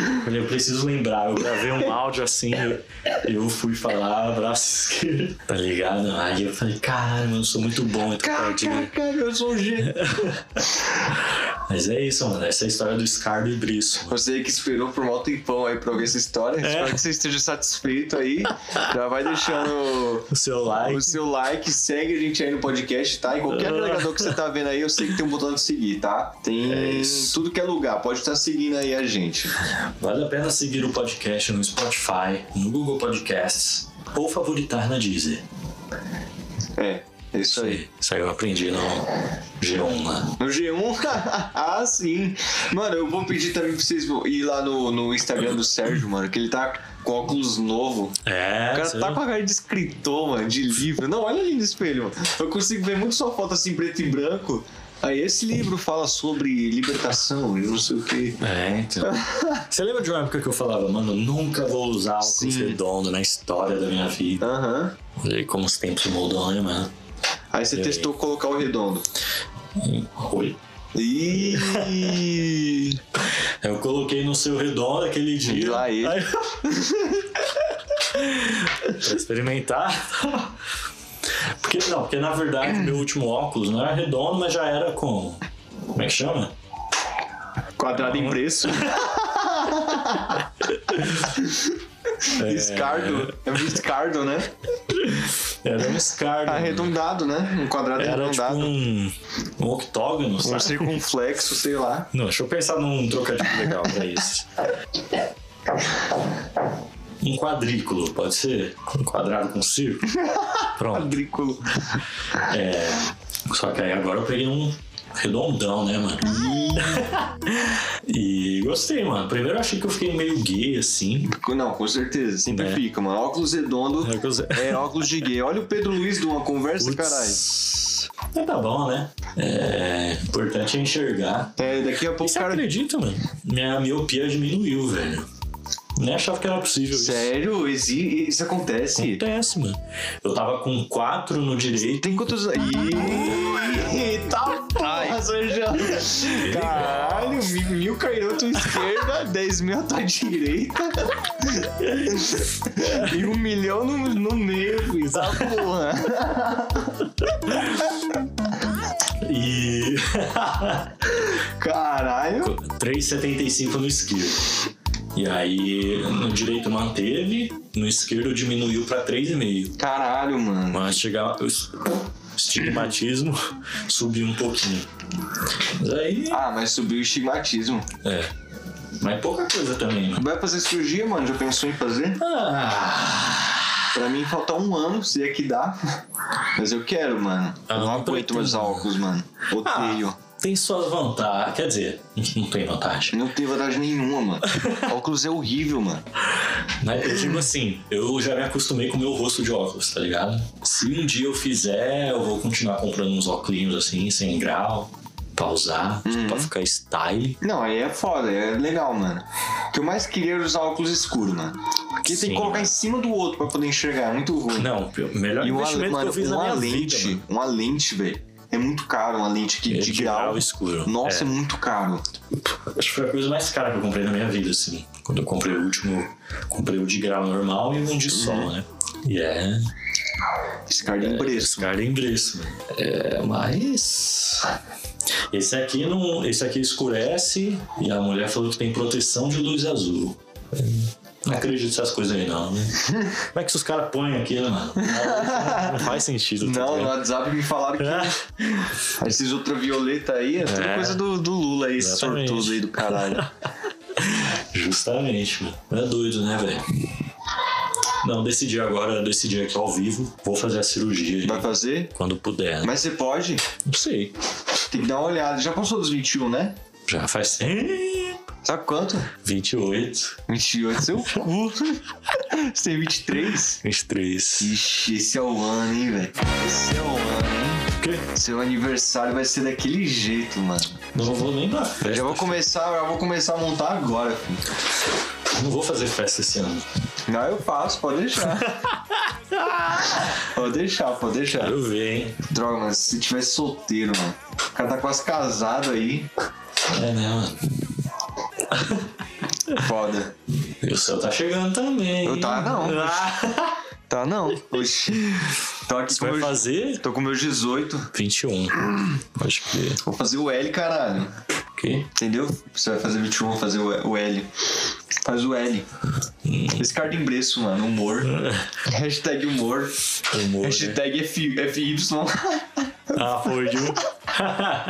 A: rindo. Falei, eu preciso lembrar. Eu gravei um áudio assim, eu, eu fui falar braço esquerdo, tá ligado? Aí eu falei, caralho, mano, eu sou muito bom, então, eu tô perdido.
B: Caraca, eu sou um gênio.
A: Mas é isso, mano, essa é a história do escardo e briço.
B: Você que esperou por um tempão aí pra ouvir essa história.
A: É.
B: Espero que você esteja satisfeito aí. Já vai deixando
A: O seu like. Ah.
B: o seu like, segue a gente aí no podcast, tá? E qualquer agregador que você tá vendo aí, eu sei que tem um botão de seguir, tá? Tem
A: É isso.
B: tudo que é lugar, pode estar seguindo aí a gente.
A: Vale a pena seguir o podcast no Spotify, no Google Podcasts ou favoritar na Deezer.
B: É, é isso aí.
A: Isso aí eu aprendi no G1 lá.
B: No G1? ah, sim. Mano, eu vou pedir também pra vocês ir lá no, no Instagram do Sérgio, mano, que ele tá com óculos novo.
A: É,
B: O cara
A: isso
B: tá
A: aí.
B: com a cara de escritor, mano, de livro. Não, olha ali no espelho, mano. Eu consigo ver muito sua foto assim, preto e branco. Aí esse livro fala sobre libertação e não sei o que.
A: É, então. Você lembra de uma época que eu falava, mano, nunca vou usar óculos
B: Sim.
A: redondo na história da minha vida?
B: Aham.
A: Olha aí como os tempos mudam, né, mano?
B: Aí você
A: E aí?
B: testou colocar o redondo.
A: Hum, Oi.
B: Ih!
A: Eu coloquei no seu redondo aquele dia.
B: lá ele.
A: Aí- pra experimentar. Porque não, porque na verdade meu último óculos não era redondo, mas já era com. Como é que chama?
B: Quadrado em preço. Escardo. É um escardo, né?
A: Era um escardo.
B: Arredondado, né? Um quadrado
A: Era tipo
B: arredondado.
A: um, um octógono,
B: Um
A: sabe?
B: circunflexo, sei lá.
A: Não, deixa eu pensar num trocadilho legal pra isso. Um quadrículo, pode ser? Um quadrado com círculo? Pronto.
B: Quadrículo.
A: Só que aí agora eu peguei um redondão, né, mano? e gostei, mano. Primeiro eu achei que eu fiquei meio gay, assim.
B: Não, com certeza. Sempre
A: Né?
B: fica, mano. Óculos redondo
A: É o que eu sei.
B: é óculos de gay. Olha o Pedro Luiz de uma conversa, caralho.
A: Putz. Mas tá bom, né? É importante é enxergar.
B: É, daqui a
A: E
B: pouco o
A: você
B: cara.
A: acredita, mano? Minha miopia diminuiu, velho. Nem achava que era possível isso.
B: Sério, exi- isso acontece.
A: Acontece, mano. Eu tava com 4 no direito.
B: Tem quantos. Eita porra, Sérgio! Caralho, mil, mil caiu à tua esquerda, 10 mil à tua direita. e um milhão no, no meio, filho. Tá porra.
A: E.
B: Caralho.
A: 3,75 no esquerdo. E aí, no direito manteve, no esquerdo diminuiu pra 3,5.
B: Caralho, mano.
A: Mas chegar o es- estigmatismo subiu um pouquinho. Mas aí.
B: Ah, mas subiu o estigmatismo.
A: É. Mas pouca coisa também, né? mano.
B: Vai fazer cirurgia, mano? Já pensou em fazer?
A: Ah,
B: Pra mim falta um ano, se é que dá. Mas eu quero, mano.
A: Ah,
B: Eu não
A: não
B: aguento
A: pretendo. Ah.
B: meus óculos, mano. Odeio.
A: Tem suas vantagens. Quer dizer, não tem vantagem.
B: Não tem vantagem nenhuma, mano. óculos é horrível, mano.
A: Né? Eu digo assim, eu já me acostumei com o meu rosto de óculos, tá ligado? Se um dia eu fizer, eu vou continuar comprando uns óculos assim, sem grau, pra usar, tipo,
B: Uhum.
A: pra ficar style.
B: Não, aí é foda, é legal, mano. O que eu mais queria era usar óculos escuros, mano. Porque tem
A: Sim.
B: que colocar em cima do outro pra poder enxergar, é muito ruim.
A: Não, o melhor
B: E uma,
A: investimento que
B: mano, um
A: eu fiz na
B: uma
A: minha
B: lente,
A: vida. mano. É
B: uma lente, velho. É muito caro uma lente aqui de, grau.
A: escuro.
B: Nossa, é.
A: É,
B: muito caro.
A: acho que foi a coisa mais cara que eu comprei na minha vida, assim. Quando eu comprei o último, comprei o de grau normal e um
B: Uhum.
A: de sol, né? E é.
B: Esse cara é tem preço.
A: Oscar Lembresse, mano. É, mas. Esse aqui não. Esse aqui escurece e a mulher falou que tem proteção de luz azul. Não acredito nessas coisas aí, não, né? Como é que se os caras põem aquilo, mano? Não, não faz sentido. tá
B: Não, no
A: ligado?
B: WhatsApp me falaram que
A: Ah,
B: esses ultravioleta aí é tudo
A: É.
B: coisa do, do Lula aí, esse
A: Exatamente.
B: sortudo aí do caralho.
A: Justamente, mano. É doido, né, velho? Não, decidi agora, decidi aqui ao vivo. Vou fazer a cirurgia
B: Vai
A: gente,
B: fazer?
A: quando puder. né?
B: Mas você pode?
A: Não sei.
B: Tem que dar uma olhada. Já passou dos 21, né?
A: Já faz
B: Sabe quanto?
A: 28,
B: 28, seu cu. é um? Você tem 23?
A: 23.
B: Ixi, esse é o ano, hein, velho? Esse é o ano,
A: O quê?
B: hein? Seu aniversário vai ser daquele jeito, mano.
A: Não vou nem pra festa.
B: Já vou começar, já vou começar a montar agora, filho.
A: Não vou fazer festa esse ano.
B: Não, eu faço, pode deixar. pode deixar, pode deixar.
A: Quero ver, hein?
B: Droga, mano, se tivesse solteiro, mano. O cara tá quase casado aí.
A: É, né, mano?
B: Foda.
A: E o céu tá chegando também.
B: Eu tá,
A: hein?
B: não.
A: Ah,
B: Tá não. Oxi. Tô aqui
A: você
B: com
A: vai
B: meu...
A: fazer?
B: Tô com meus 18.
A: 21. Pode crer.
B: Vou fazer o L, caralho.
A: O quê?
B: Entendeu? Você vai fazer 21, vou fazer o o L. Faz o L.
A: Hum.
B: Esse cara de embreço, mano. Humor. Hashtag humor.
A: Humor. né?
B: Hashtag F, FY. tá-
A: Ah, foi de um.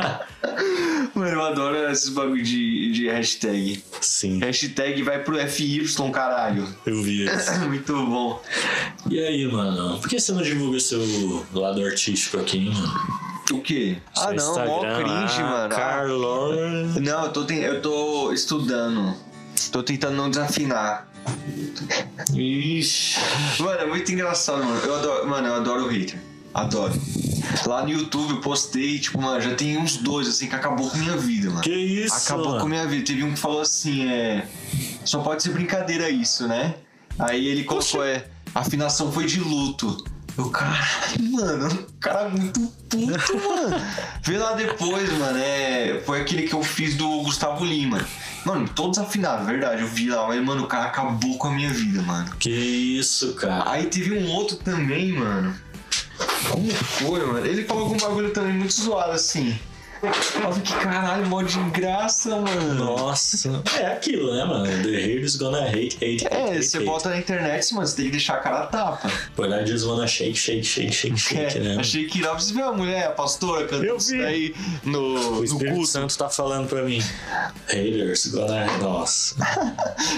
B: Mano, eu adoro esses bagulho de, de hashtag.
A: Sim,
B: Hashtag vai pro FY, caralho.
A: eu vi isso.
B: Muito bom.
A: E aí, mano? Por que você não divulga seu lado artístico aqui, hein, mano?
B: O quê? Ah,
A: Seu
B: não, mó
A: Instagram,
B: cringe,
A: ah,
B: mano. Ah,
A: Carlor.
B: Não, eu tô, ten- eu tô estudando. Tô tentando não desafinar.
A: Ixi.
B: Mano, é muito engraçado, mano. Eu adoro, mano, eu adoro o hater. Adoro. Lá no YouTube eu postei, tipo, mano, já tem uns dois, assim, que acabou com a minha vida, mano.
A: Que isso?
B: acabou
A: mano?
B: com a minha vida. Teve um que falou assim, é. Só pode ser brincadeira isso, né? Aí ele colocou, é. A afinação foi de luto. Eu, caralho, mano, o cara é muito puto, mano. Vê lá depois, mano, é. Foi aquele que eu fiz do Gustavo Lima. Mano, todos afinados, verdade. Eu vi lá, mas, mano, o cara acabou com a minha vida, mano.
A: Que isso, cara?
B: Aí teve um outro também, mano. Como foi, mano? Ele falou algum bagulho também muito zoado assim. Eu falei, que caralho, mó de graça, mano.
A: Nossa. É aquilo, né, mano? The haters gonna hate, hate, hate.
B: É,
A: hate,
B: você
A: hate.
B: bota na internet, mano, você tem que deixar a cara a tapa.
A: Por lá eles vão na shake, shake, shake, shake, shake, né?
B: É,
A: mano?
B: achei que não, você viu a mulher, a pastora, cantando
A: Eu
B: isso
A: vi.
B: daí
A: O
B: no, no
A: Espírito
B: culto.
A: Santo tá falando pra mim. Haters, gonna... Nossa.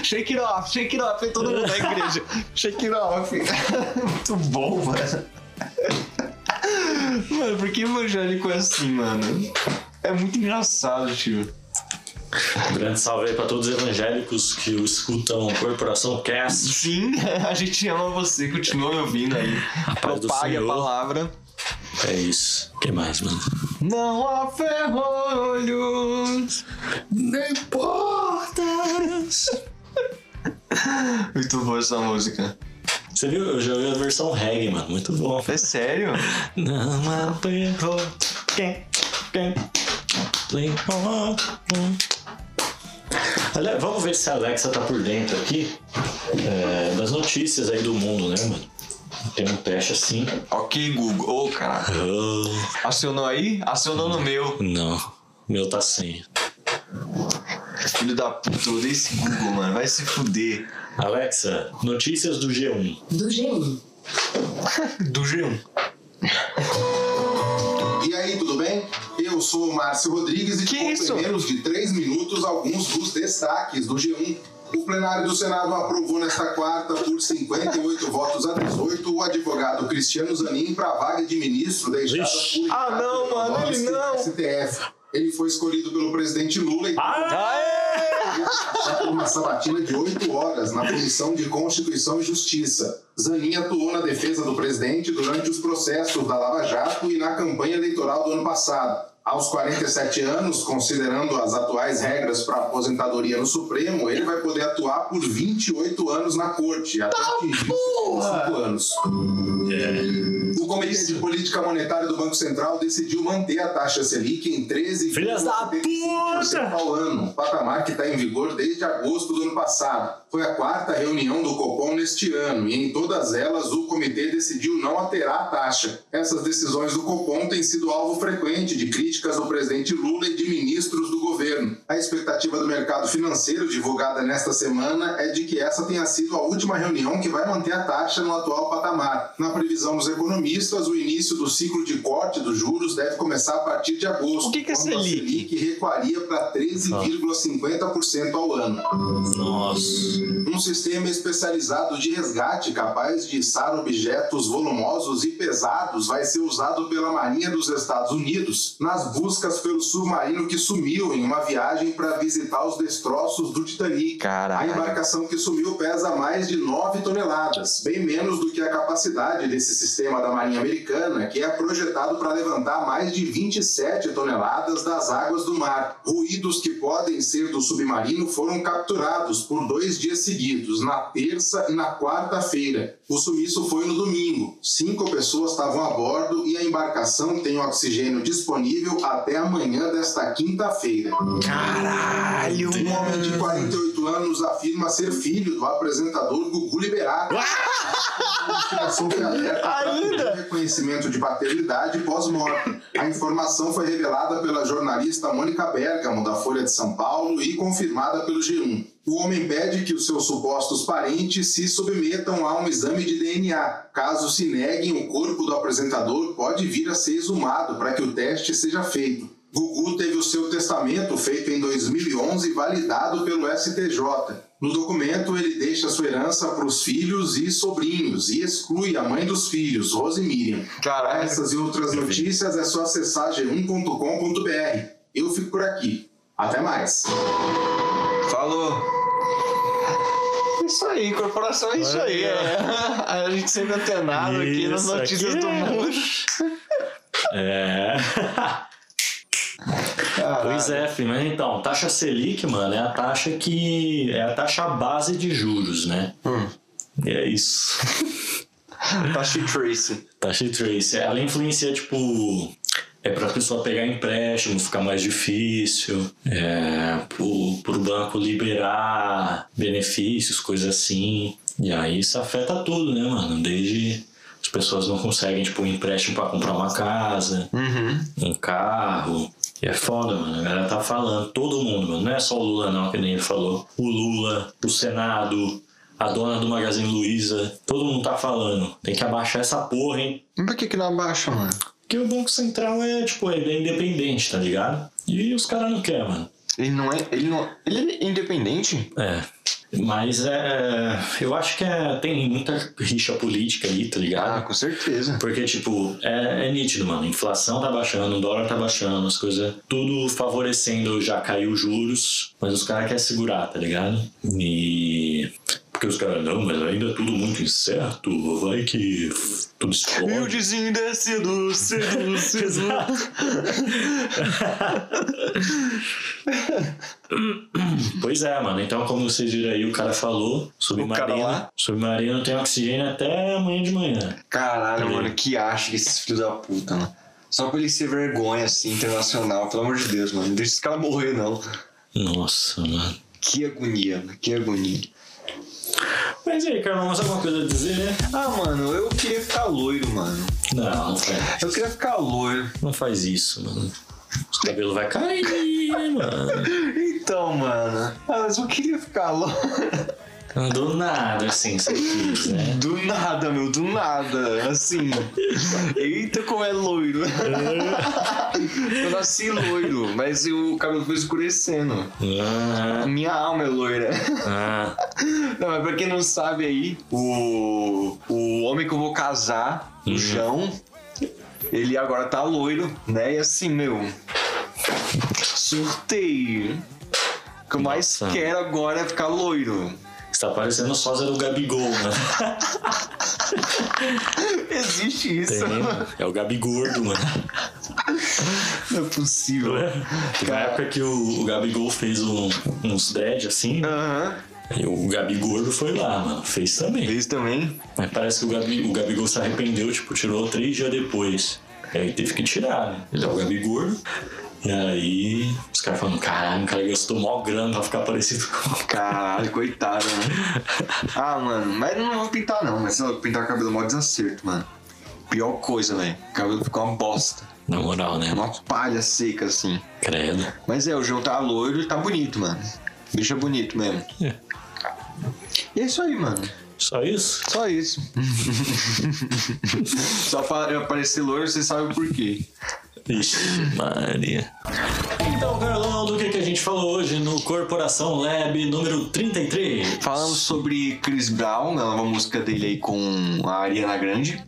B: Shake it off, shake it off, e todo mundo na igreja. Shake it off. Muito bom, mano. Mano, por que evangélico é assim, mano? É muito engraçado, tio.
A: Um grande salve aí pra todos os evangélicos que o escutam Corporação Cast.
B: Sim, a gente ama você, continua me ouvindo aí.
A: paz do
B: Propague a
A: Senhor.
B: palavra.
A: É isso. O que mais, mano?
B: Não há ferrolhos.
A: Nem portas.
B: Muito boa essa música.
A: Você viu? Eu já vi a versão reggae, mano. Muito bom.
B: É sério?
A: Não é apertou. Quem? Quem? Play on. Aliás, vamos ver se a Alexa tá por dentro aqui é, das notícias aí do mundo, né, mano? Tem um teste assim.
B: Ok, Google. Ô, caralho.
A: Oh,
B: Acionou aí? Acionou no meu.
A: não. Meu tá sem.
B: Filho da puta, eu odeio esse Google, mano. Vai se fuder.
A: Alexa, notícias do G1.
D: Do G1.
B: Do G1.
E: E aí, tudo bem? Eu sou o Márcio Rodrigues e
B: Que
E: te conto
B: isso?
E: em menos de 3 minutos alguns dos destaques do G1. O plenário do Senado aprovou nesta quarta, por 58 votos a 18, o advogado Cristiano Zanin para a vaga de ministro deixada
A: Vixe.
E: por Ricardo
D: Ah, não, mano,
E: Lewandowski
D: ele não. Ah,
E: do STF. Ele foi escolhido pelo presidente Lula e
D: Aê!
E: por uma sabatina é de oito horas na Comissão de Constituição e Justiça. Zanin atuou na defesa do presidente durante os processos da Lava Jato e na campanha eleitoral do ano passado. Aos 47 anos, considerando as atuais regras para aposentadoria no Supremo, ele vai poder atuar por 28 anos na corte, até atingir 75 anos. O Comitê de Política Monetária do Banco Central decidiu manter a taxa Selic em 13,75%
A: É. Filhas da puta!
E: ao ano, tá um patamar que está em vigor desde agosto do ano passado. Foi a quarta reunião do Copom neste ano e em todas elas o comitê decidiu não alterar a taxa. Essas decisões do Copom têm sido alvo frequente de críticas do presidente Lula e de ministros do governo. A expectativa do mercado financeiro divulgada nesta semana é de que essa tenha sido a última reunião que vai manter a taxa no atual patamar. Na previsão dos economistas, o início do ciclo de corte dos juros deve começar a partir de agosto.
D: O que que é
E: quando a
D: Selic?
E: que recuaria para 13,50% ao ano.
A: Nossa.
E: Um sistema especializado de resgate capaz de içar objetos volumosos e pesados vai ser usado pela Marinha dos Estados Unidos nas buscas pelo submarino que sumiu em uma viagem para visitar os destroços do Titanic. A
D: Caralho.
E: embarcação que sumiu pesa mais de 9 toneladas, bem menos do que a capacidade desse sistema da Marinha Americana, que é projetado para levantar mais de 27 toneladas das águas do mar. Ruídos que podem ser do submarino foram capturados por dois dias seguidos, na terça e na quarta-feira. O sumiço foi no domingo. Cinco pessoas estavam a bordo e a embarcação tem oxigênio disponível até amanhã desta quinta-feira.
D: Caralho,
E: Um homem de 48 anos afirma ser filho do apresentador Gugu Liberato. A investigação foi aberta para
D: Ainda?
E: pedir reconhecimento de paternidade pós-morte. A informação foi revelada pela jornalista Mônica Bergamo, da Folha de São Paulo, e confirmada pelo G1. O homem pede que os seus supostos parentes se submetam a um exame de DNA. Caso se neguem, o corpo do apresentador pode vir a ser exumado para que o teste seja feito. Gugu teve o seu testamento feito em 2011 e validado pelo STJ. No documento, ele deixa sua herança para os filhos e sobrinhos e exclui a mãe dos filhos, Rose Miriam. Para
D: Caralho.
E: essas e outras notícias é só acessar g1.com.br. Eu fico por aqui. Até mais.
B: Falou. Isso aí, corporação é isso aí.
A: Olha.
B: é. A gente sempre antenado aqui nas
A: Isso
B: notícias
A: aqui
B: do
A: é-
B: mundo.
A: É. Pois é, filho. Mas então, taxa Selic, mano, é a taxa que. É a taxa base de juros, né?
B: Hum.
A: E é isso.
B: Tashi Tracy.
A: Taxa Tá de Trace. Ela influencia, tipo. É pra pessoa pegar empréstimo, ficar mais difícil. É. Pro, pro banco liberar benefícios, coisas assim. E aí isso afeta tudo, né, mano? Desde. As pessoas não conseguem, tipo, um empréstimo pra comprar uma casa, um carro. E é foda, mano. A galera tá falando, todo mundo, mano. Não é só o Lula, não, que nem ele falou. O Lula, o Senado, a dona do Magazine Luiza, todo mundo tá falando. Tem que abaixar essa porra, hein?
B: Mas por que, que não abaixa, mano?
A: Porque o Banco Central é, tipo, ele é independente, tá ligado? E os caras não querem, mano.
B: Ele não é. Ele não. Ele é independente?
A: É. Mas é. Eu acho que é, tem muita rixa política aí, tá
B: Ah,
A: ligado?
B: com certeza.
A: Porque, tipo, é, é nítido, mano. A inflação tá baixando, o dólar tá baixando, as coisas. Tudo favorecendo, já caiu os juros, mas os caras querem segurar, tá ligado? E. Porque os caras, não, mas ainda é tudo muito incerto, vai que tudo explode.
B: Humildezinho descido, cedo, cedo.
A: Pois é, mano. Então, como vocês viram aí, o cara falou, submarino.
B: lá?
A: submarino tem oxigênio até amanhã de manhã.
B: Caralho,
A: Ele-
B: mano, que acha que esses filhos da puta, mano. Só pra ele ser vergonha, assim, internacional, pelo amor de Deus, mano. Não deixa esse cara morrer, não.
A: Nossa, mano.
B: Que agonia, mano, que agonia.
A: Mas e aí, Carlão, mais alguma coisa a dizer, né?
B: Ah, mano, eu queria ficar loiro, mano.
A: Não, não faz,
B: Eu queria ficar loiro.
A: não faz isso, mano. Os cabelos vai cair, né, mano.
B: Então, mano. Ah, mas eu queria ficar loiro.
A: Do nada, assim, você quis, né?
B: Do nada, meu, do nada. Assim. Eita, como é loiro. eu nasci loiro, mas o cabelo foi escurecendo. A
A: Ah,
B: minha alma é loira.
A: ah,
B: Não, mas pra quem não sabe aí, o, o homem que eu vou casar,
A: Uhum.
B: o João, ele agora tá loiro, né? E assim, meu. Surtei. O que eu mais
A: Nossa.
B: quero agora é ficar loiro.
A: você tá parecendo o sósia do Gabigol, né?
B: Existe isso.
A: Tem, é o Gabigordo, mano.
B: Não é possível.
A: Teve uma
B: Cara.
A: época que o, o Gabigol fez um- uns dread assim,
B: Aham.
A: e o Gabigordo foi lá, mano. Fez também.
B: Isso também.
A: Mas parece que o, Gabi, o Gabigol se arrependeu, tipo, tirou três dias depois. E aí teve que tirar, né? Ele é o Gabigordo. E aí os caras falando, caralho, o cara gastou mó grana pra ficar parecido com.
B: Caralho, coitado, né? Ah, mano, mas não vou pintar não, mas sei lá, pintar cabelo é mó desacerto, mano. Pior coisa, velho. Cabelo ficou uma bosta.
A: Na moral, né?
B: Uma palha seca, assim.
A: Credo.
B: Mas é, o João tá loiro e tá bonito, mano. O bicho é bonito mesmo.
A: É.
B: E é isso aí, mano.
A: Só isso?
B: Só isso. Só pra eu aparecer loiro, vocês sabem por quê.
A: Ixi, Maria. Então, Carlão, do que, que a gente falou hoje no Corporação Lab número 33?
B: Falamos sobre Chris Brown, a nova música dele aí com a Ariana Grande.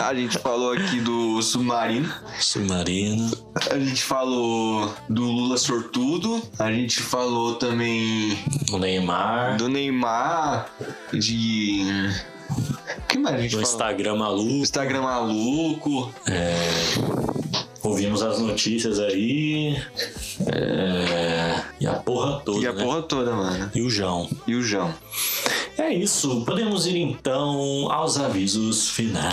B: A gente falou aqui do Submarino.
A: Submarino.
B: A gente falou do Lula sortudo, a gente falou também
A: O Neymar.
B: do Neymar, de. O que mais a gente
A: Do
B: falou?
A: Instagram maluco.
B: Instagram maluco.
A: Ouvimos as notícias aí. É, E a porra toda.
B: E a
A: né?
B: porra toda, mano.
A: E o João.
B: E o João.
A: É isso. Podemos ir então aos avisos finais.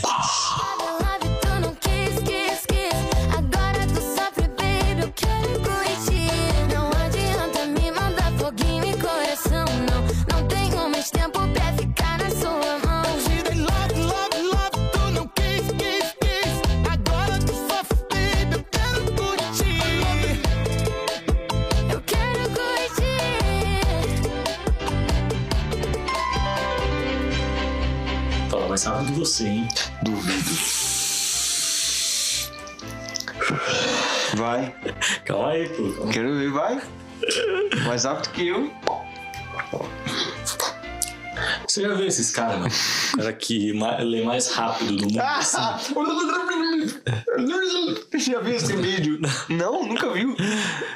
F: Love you, tu não quis, quis, quis. Agora tu sofre, baby. Eu quero curtir. Não adianta me mandar foguinho e coração, não. Não tenho mais tempo pra ficar na sua mão.
D: Love, love, love, tu não quis, quis, quis. Agora tu sofre, baby, eu quero curtir.
F: Eu quero curtir.
A: Fala mais rápido que você, hein?
B: Vai.
A: Calma aí, pô. Calma.
B: Quero ver, vai. Mais rápido que eu.
A: Você já viu esses caras, mano? O cara que ma- lê mais rápido do mundo.
B: Ah!
A: assim.
B: Já viu esse vídeo? Não, nunca viu.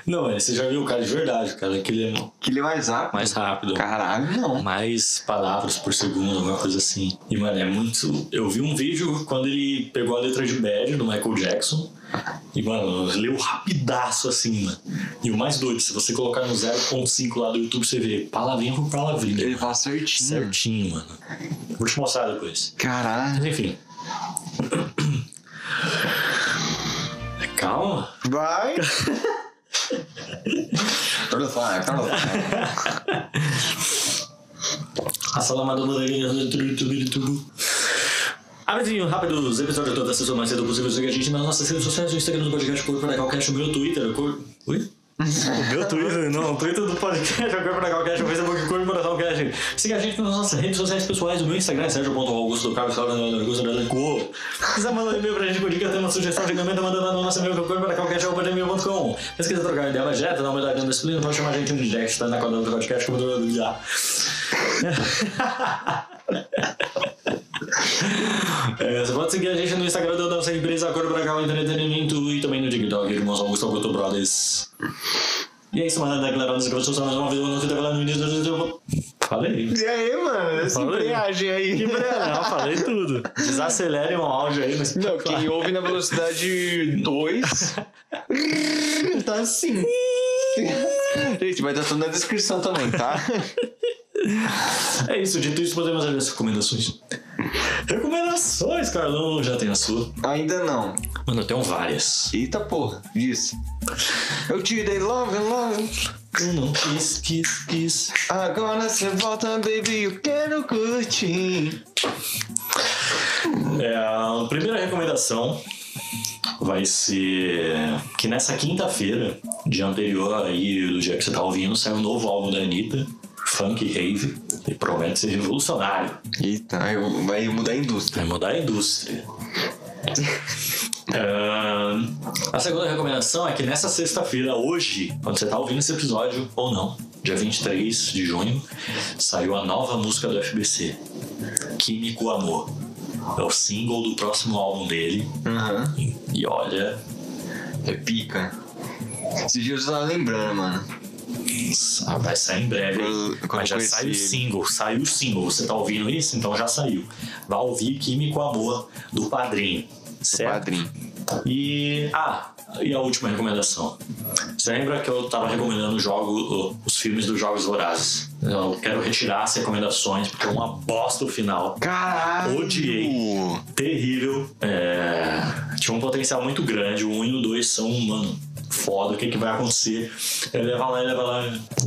A: Não, é, você já viu o cara de verdade, o cara que lê
B: Que ele é mais rápido.
A: mais rápido.
B: Caralho, não.
A: mais palavras por segundo, alguma coisa assim. E, mano, é muito. Eu vi um vídeo quando ele pegou a letra de Bad do Michael Jackson. E, mano, leu rapidaço assim, mano. E o mais doido, se você colocar no 0.5 lá do YouTube, você vê palavrinha por palavrinha.
B: Ele fala "Hum." certinho.
A: Certinho, mano. Vou te mostrar depois.
B: Caralho.
A: Mas, enfim. É Calma.
B: Vai. Turtle Fire, Turtle Fire.
A: A salamada moderninha. Abrindo um rápido os episódios toda sessão mais cedo possível. Siga a gente nas nossas redes sociais, no Instagram do podcast Corpo da Calcast, o meu Twitter. Cor... Ui? O meu Twitter, não, o Twitter do podcast, o Corpo da Calcast, o Facebook Corpo da Calcast. Siga a gente nas nossas redes sociais pessoais, o meu Instagram é sergio.augusto do Carlos Salve, Augusto da Leco. Se quiser mandar um e-mail pra gente com dica, tem uma sugestão de comenta, mandando no nosso e-mail que é corpo da calcast.com. Se quiser trocar ideia, mas já, tá na humildade, não disciplina, pode chamar a gente no direct, tá na quadra do podcast, como do já. É, você pode seguir a gente no Instagram da nossa empresa Cor Bracal Entretenimento e também no TikTok, irmãos Augusto Augusto Brothers. E é isso, mano. Declarando essa gravação mais uma vez, eu não fui declarando no início do Falei.
B: E aí, mano, essa
A: Fala aí.
B: embreagem aí.
A: Não, falei tudo. Desacelere um áudio aí. Mas...
B: Não, quem ouve na velocidade 2 tá assim. Gente, vai estar tudo na descrição também, tá?
A: É isso, dito isso, podemos abrir as recomendações. Recomendações, Carlão, já tem a sua.
B: Ainda não.
A: Mano, eu tenho várias.
B: Eita porra, disse. Eu te dei love, love.
A: Eu não quis, quis, quis.
B: Agora você volta, baby, eu quero curtir.
A: É, a primeira recomendação vai ser que nessa quinta-feira, dia anterior aí do dia que você tá ouvindo, sai um novo álbum da Anitta, funk rave e promete ser revolucionário.
B: Eita, aí eu- vai mudar a indústria.
A: Vai mudar a indústria. Ahn, a segunda recomendação é que nessa sexta-feira, hoje, quando você está ouvindo esse episódio ou não, dia 23 de junho, saiu a nova música do FBC, Químico Amor. É o single do próximo álbum dele.
B: Aham.
A: E olha,
B: É pica. Esses dias eu tava lembrando, mano.
A: Ah, vai sair em breve.
B: Quando- quando
A: Mas já
B: conheci
A: saiu o
B: ele.
A: single, saiu o single. Você tá ouvindo isso? Então já saiu. Vai ouvir Químico Amor do Padrinho. Certo?
B: Padrinho.
A: E. Ah, e a última recomendação. Você lembra que eu tava recomendando o jogo, o- os filmes dos Jogos Vorazes? Eu quero retirar as recomendações, porque é uma bosta o final.
B: Caralho!
A: Odiei. Terrível. É, Tinha um potencial muito grande. O 1 e o 2 são, mano, foda. O que, que vai acontecer? Ele leva lá, ele leva lá.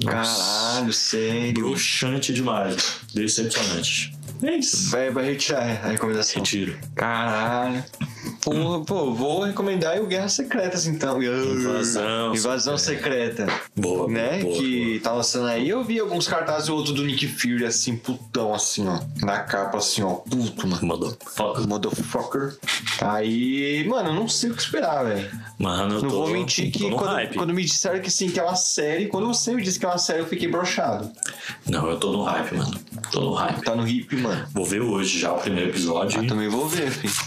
B: Caralho, sério.
A: Bruxante demais. Decepcionante. É isso.
B: Vai, vai retirar é, a recomendação.
A: Retiro.
B: Caralho. Porra, pô, vou recomendar o Guerra Secretas então.
A: Invasão
B: Invasão secreta.
A: Boa,
B: Né?
A: boa,
B: que tá lançando aí. Eu vi alguns cartazes, o outro do Nick Fury, assim, putão, assim, ó. Na capa, assim, ó. Puto, mano.
A: Mandou. Foco.
B: Motherfucker. Aí, mano, eu não sei o que esperar, velho.
A: Mano, eu
B: Não
A: tô,
B: vou mentir
A: tô
B: que
A: no
B: quando,
A: hype.
B: quando me disseram que sim, que é uma série, quando você me disse que é uma série, eu fiquei brochado.
A: Não, eu tô no hype, mano. Tô no hype.
B: Tá no hip, mano.
A: Vou ver hoje já o primeiro episódio.
B: Eu também vou ver, filho. tá.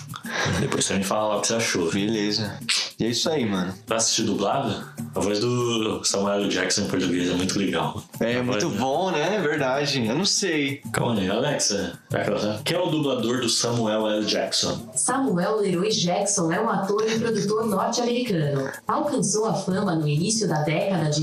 A: Depois você me fala lá o que você achou.
B: Beleza. E é isso aí, mano.
A: Pra assistir dublado, a voz do Samuel L. Jackson em português é muito legal.
B: É
A: A voz,
B: muito
A: né?
B: bom, né? É verdade. Eu não sei.
A: Calma aí, Alexa. vai colocar. Quem é o dublador do Samuel L. Jackson?
G: Samuel Leroy Jackson é um ator e produtor norte-americano. Alcançou a fama no início da década de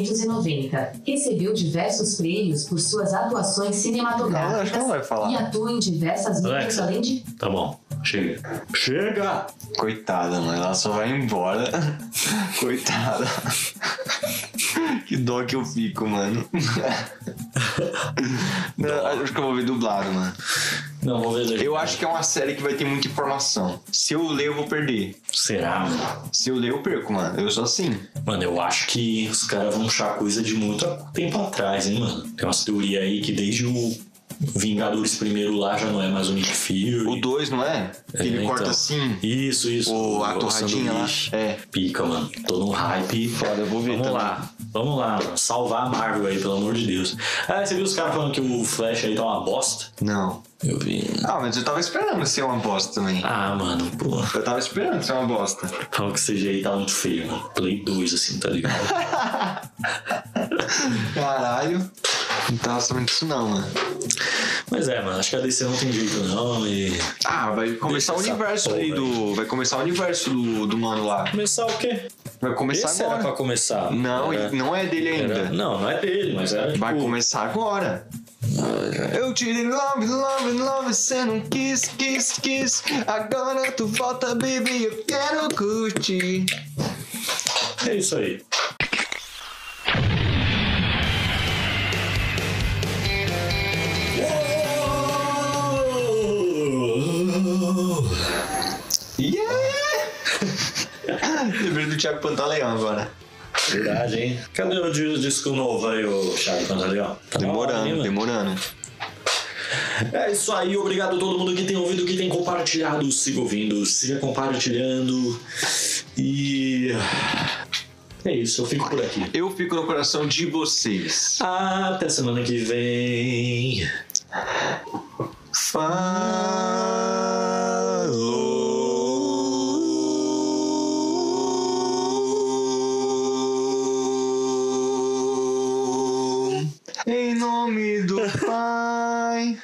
G: 1990. Recebeu diversos prêmios por suas atuações
B: Não, acho que
G: cinematográficas
B: não vai falar.
G: e atua em diversas mídias
A: Alexa.
G: além de
A: Tá bom, chega. Chega!
B: Coitada, mano. Ela só vai embora. Coitada. que dó que eu fico, mano. Não, acho que eu vou ver dublado, mano.
A: Não, vou ver.
B: Eu acho que é uma série que vai ter muita informação. Se eu ler, eu vou perder.
A: Será, mano?
B: Se eu ler, eu perco, mano. Eu sou assim.
A: Mano, eu acho que os caras vão puxar coisa de muito tempo atrás, hein, mano? Tem umas teorias aí que desde o Vingadores primeiro lá já não é mais o Nick Fury.
B: O 2, não é? Que
A: É,
B: ele
A: então.
B: corta assim.
A: Isso, isso.
B: O- a torradinha lá.
A: sanduíche.
B: É.
A: Pica, mano. Tô num hype.
B: Foda, eu vou ver
A: Vamos
B: também.
A: lá. Vamos lá, mano. Salvar a Marvel aí, pelo amor de Deus. Ah, você viu os caras falando que o Flash aí tá uma bosta?
B: Não.
A: Eu vi.
B: Ah, mas eu tava esperando ser uma bosta também.
A: Ah, mano, pô.
B: Eu tava esperando ser uma bosta.
A: Fala que o CGI tá muito feio, mano. Play 2, assim, tá ligado?
B: Caralho. Não tava sabendo disso não, mano.
A: Mas é, mano, acho que a DC não tem jeito não e...
B: Ah, vai começar o
A: essa
B: universo
A: porra
B: aí do. Vai começar o universo do, do mano lá.
A: Começar o quê?
B: Vai começar
A: Esse era
B: agora.
A: pra começar.
B: Não,
A: Era-
B: não é dele ainda.
A: era- Não, não é dele, mas era tipo...
B: Vai começar agora. Eu te dei love, love, love, cê não quis, quis, quis. Agora tu volta, baby, eu quero curtir.
A: É isso aí. Uou!
B: Yeah! Lembrei do Thiago Pantaleão agora.
A: Tá Verdade, hein? Cadê o di- disco novo aí, o Thiago Pantaleão? Tá na hora, hein,
B: Demorando,
A: mano?
B: demorando.
A: É isso aí, obrigado a todo mundo que tem ouvido, que tem compartilhado. Siga ouvindo, siga compartilhando. E. É isso, eu fico por aqui.
B: Eu fico no coração de vocês.
A: Até semana que vem.
B: Falou. Em nome do Pai.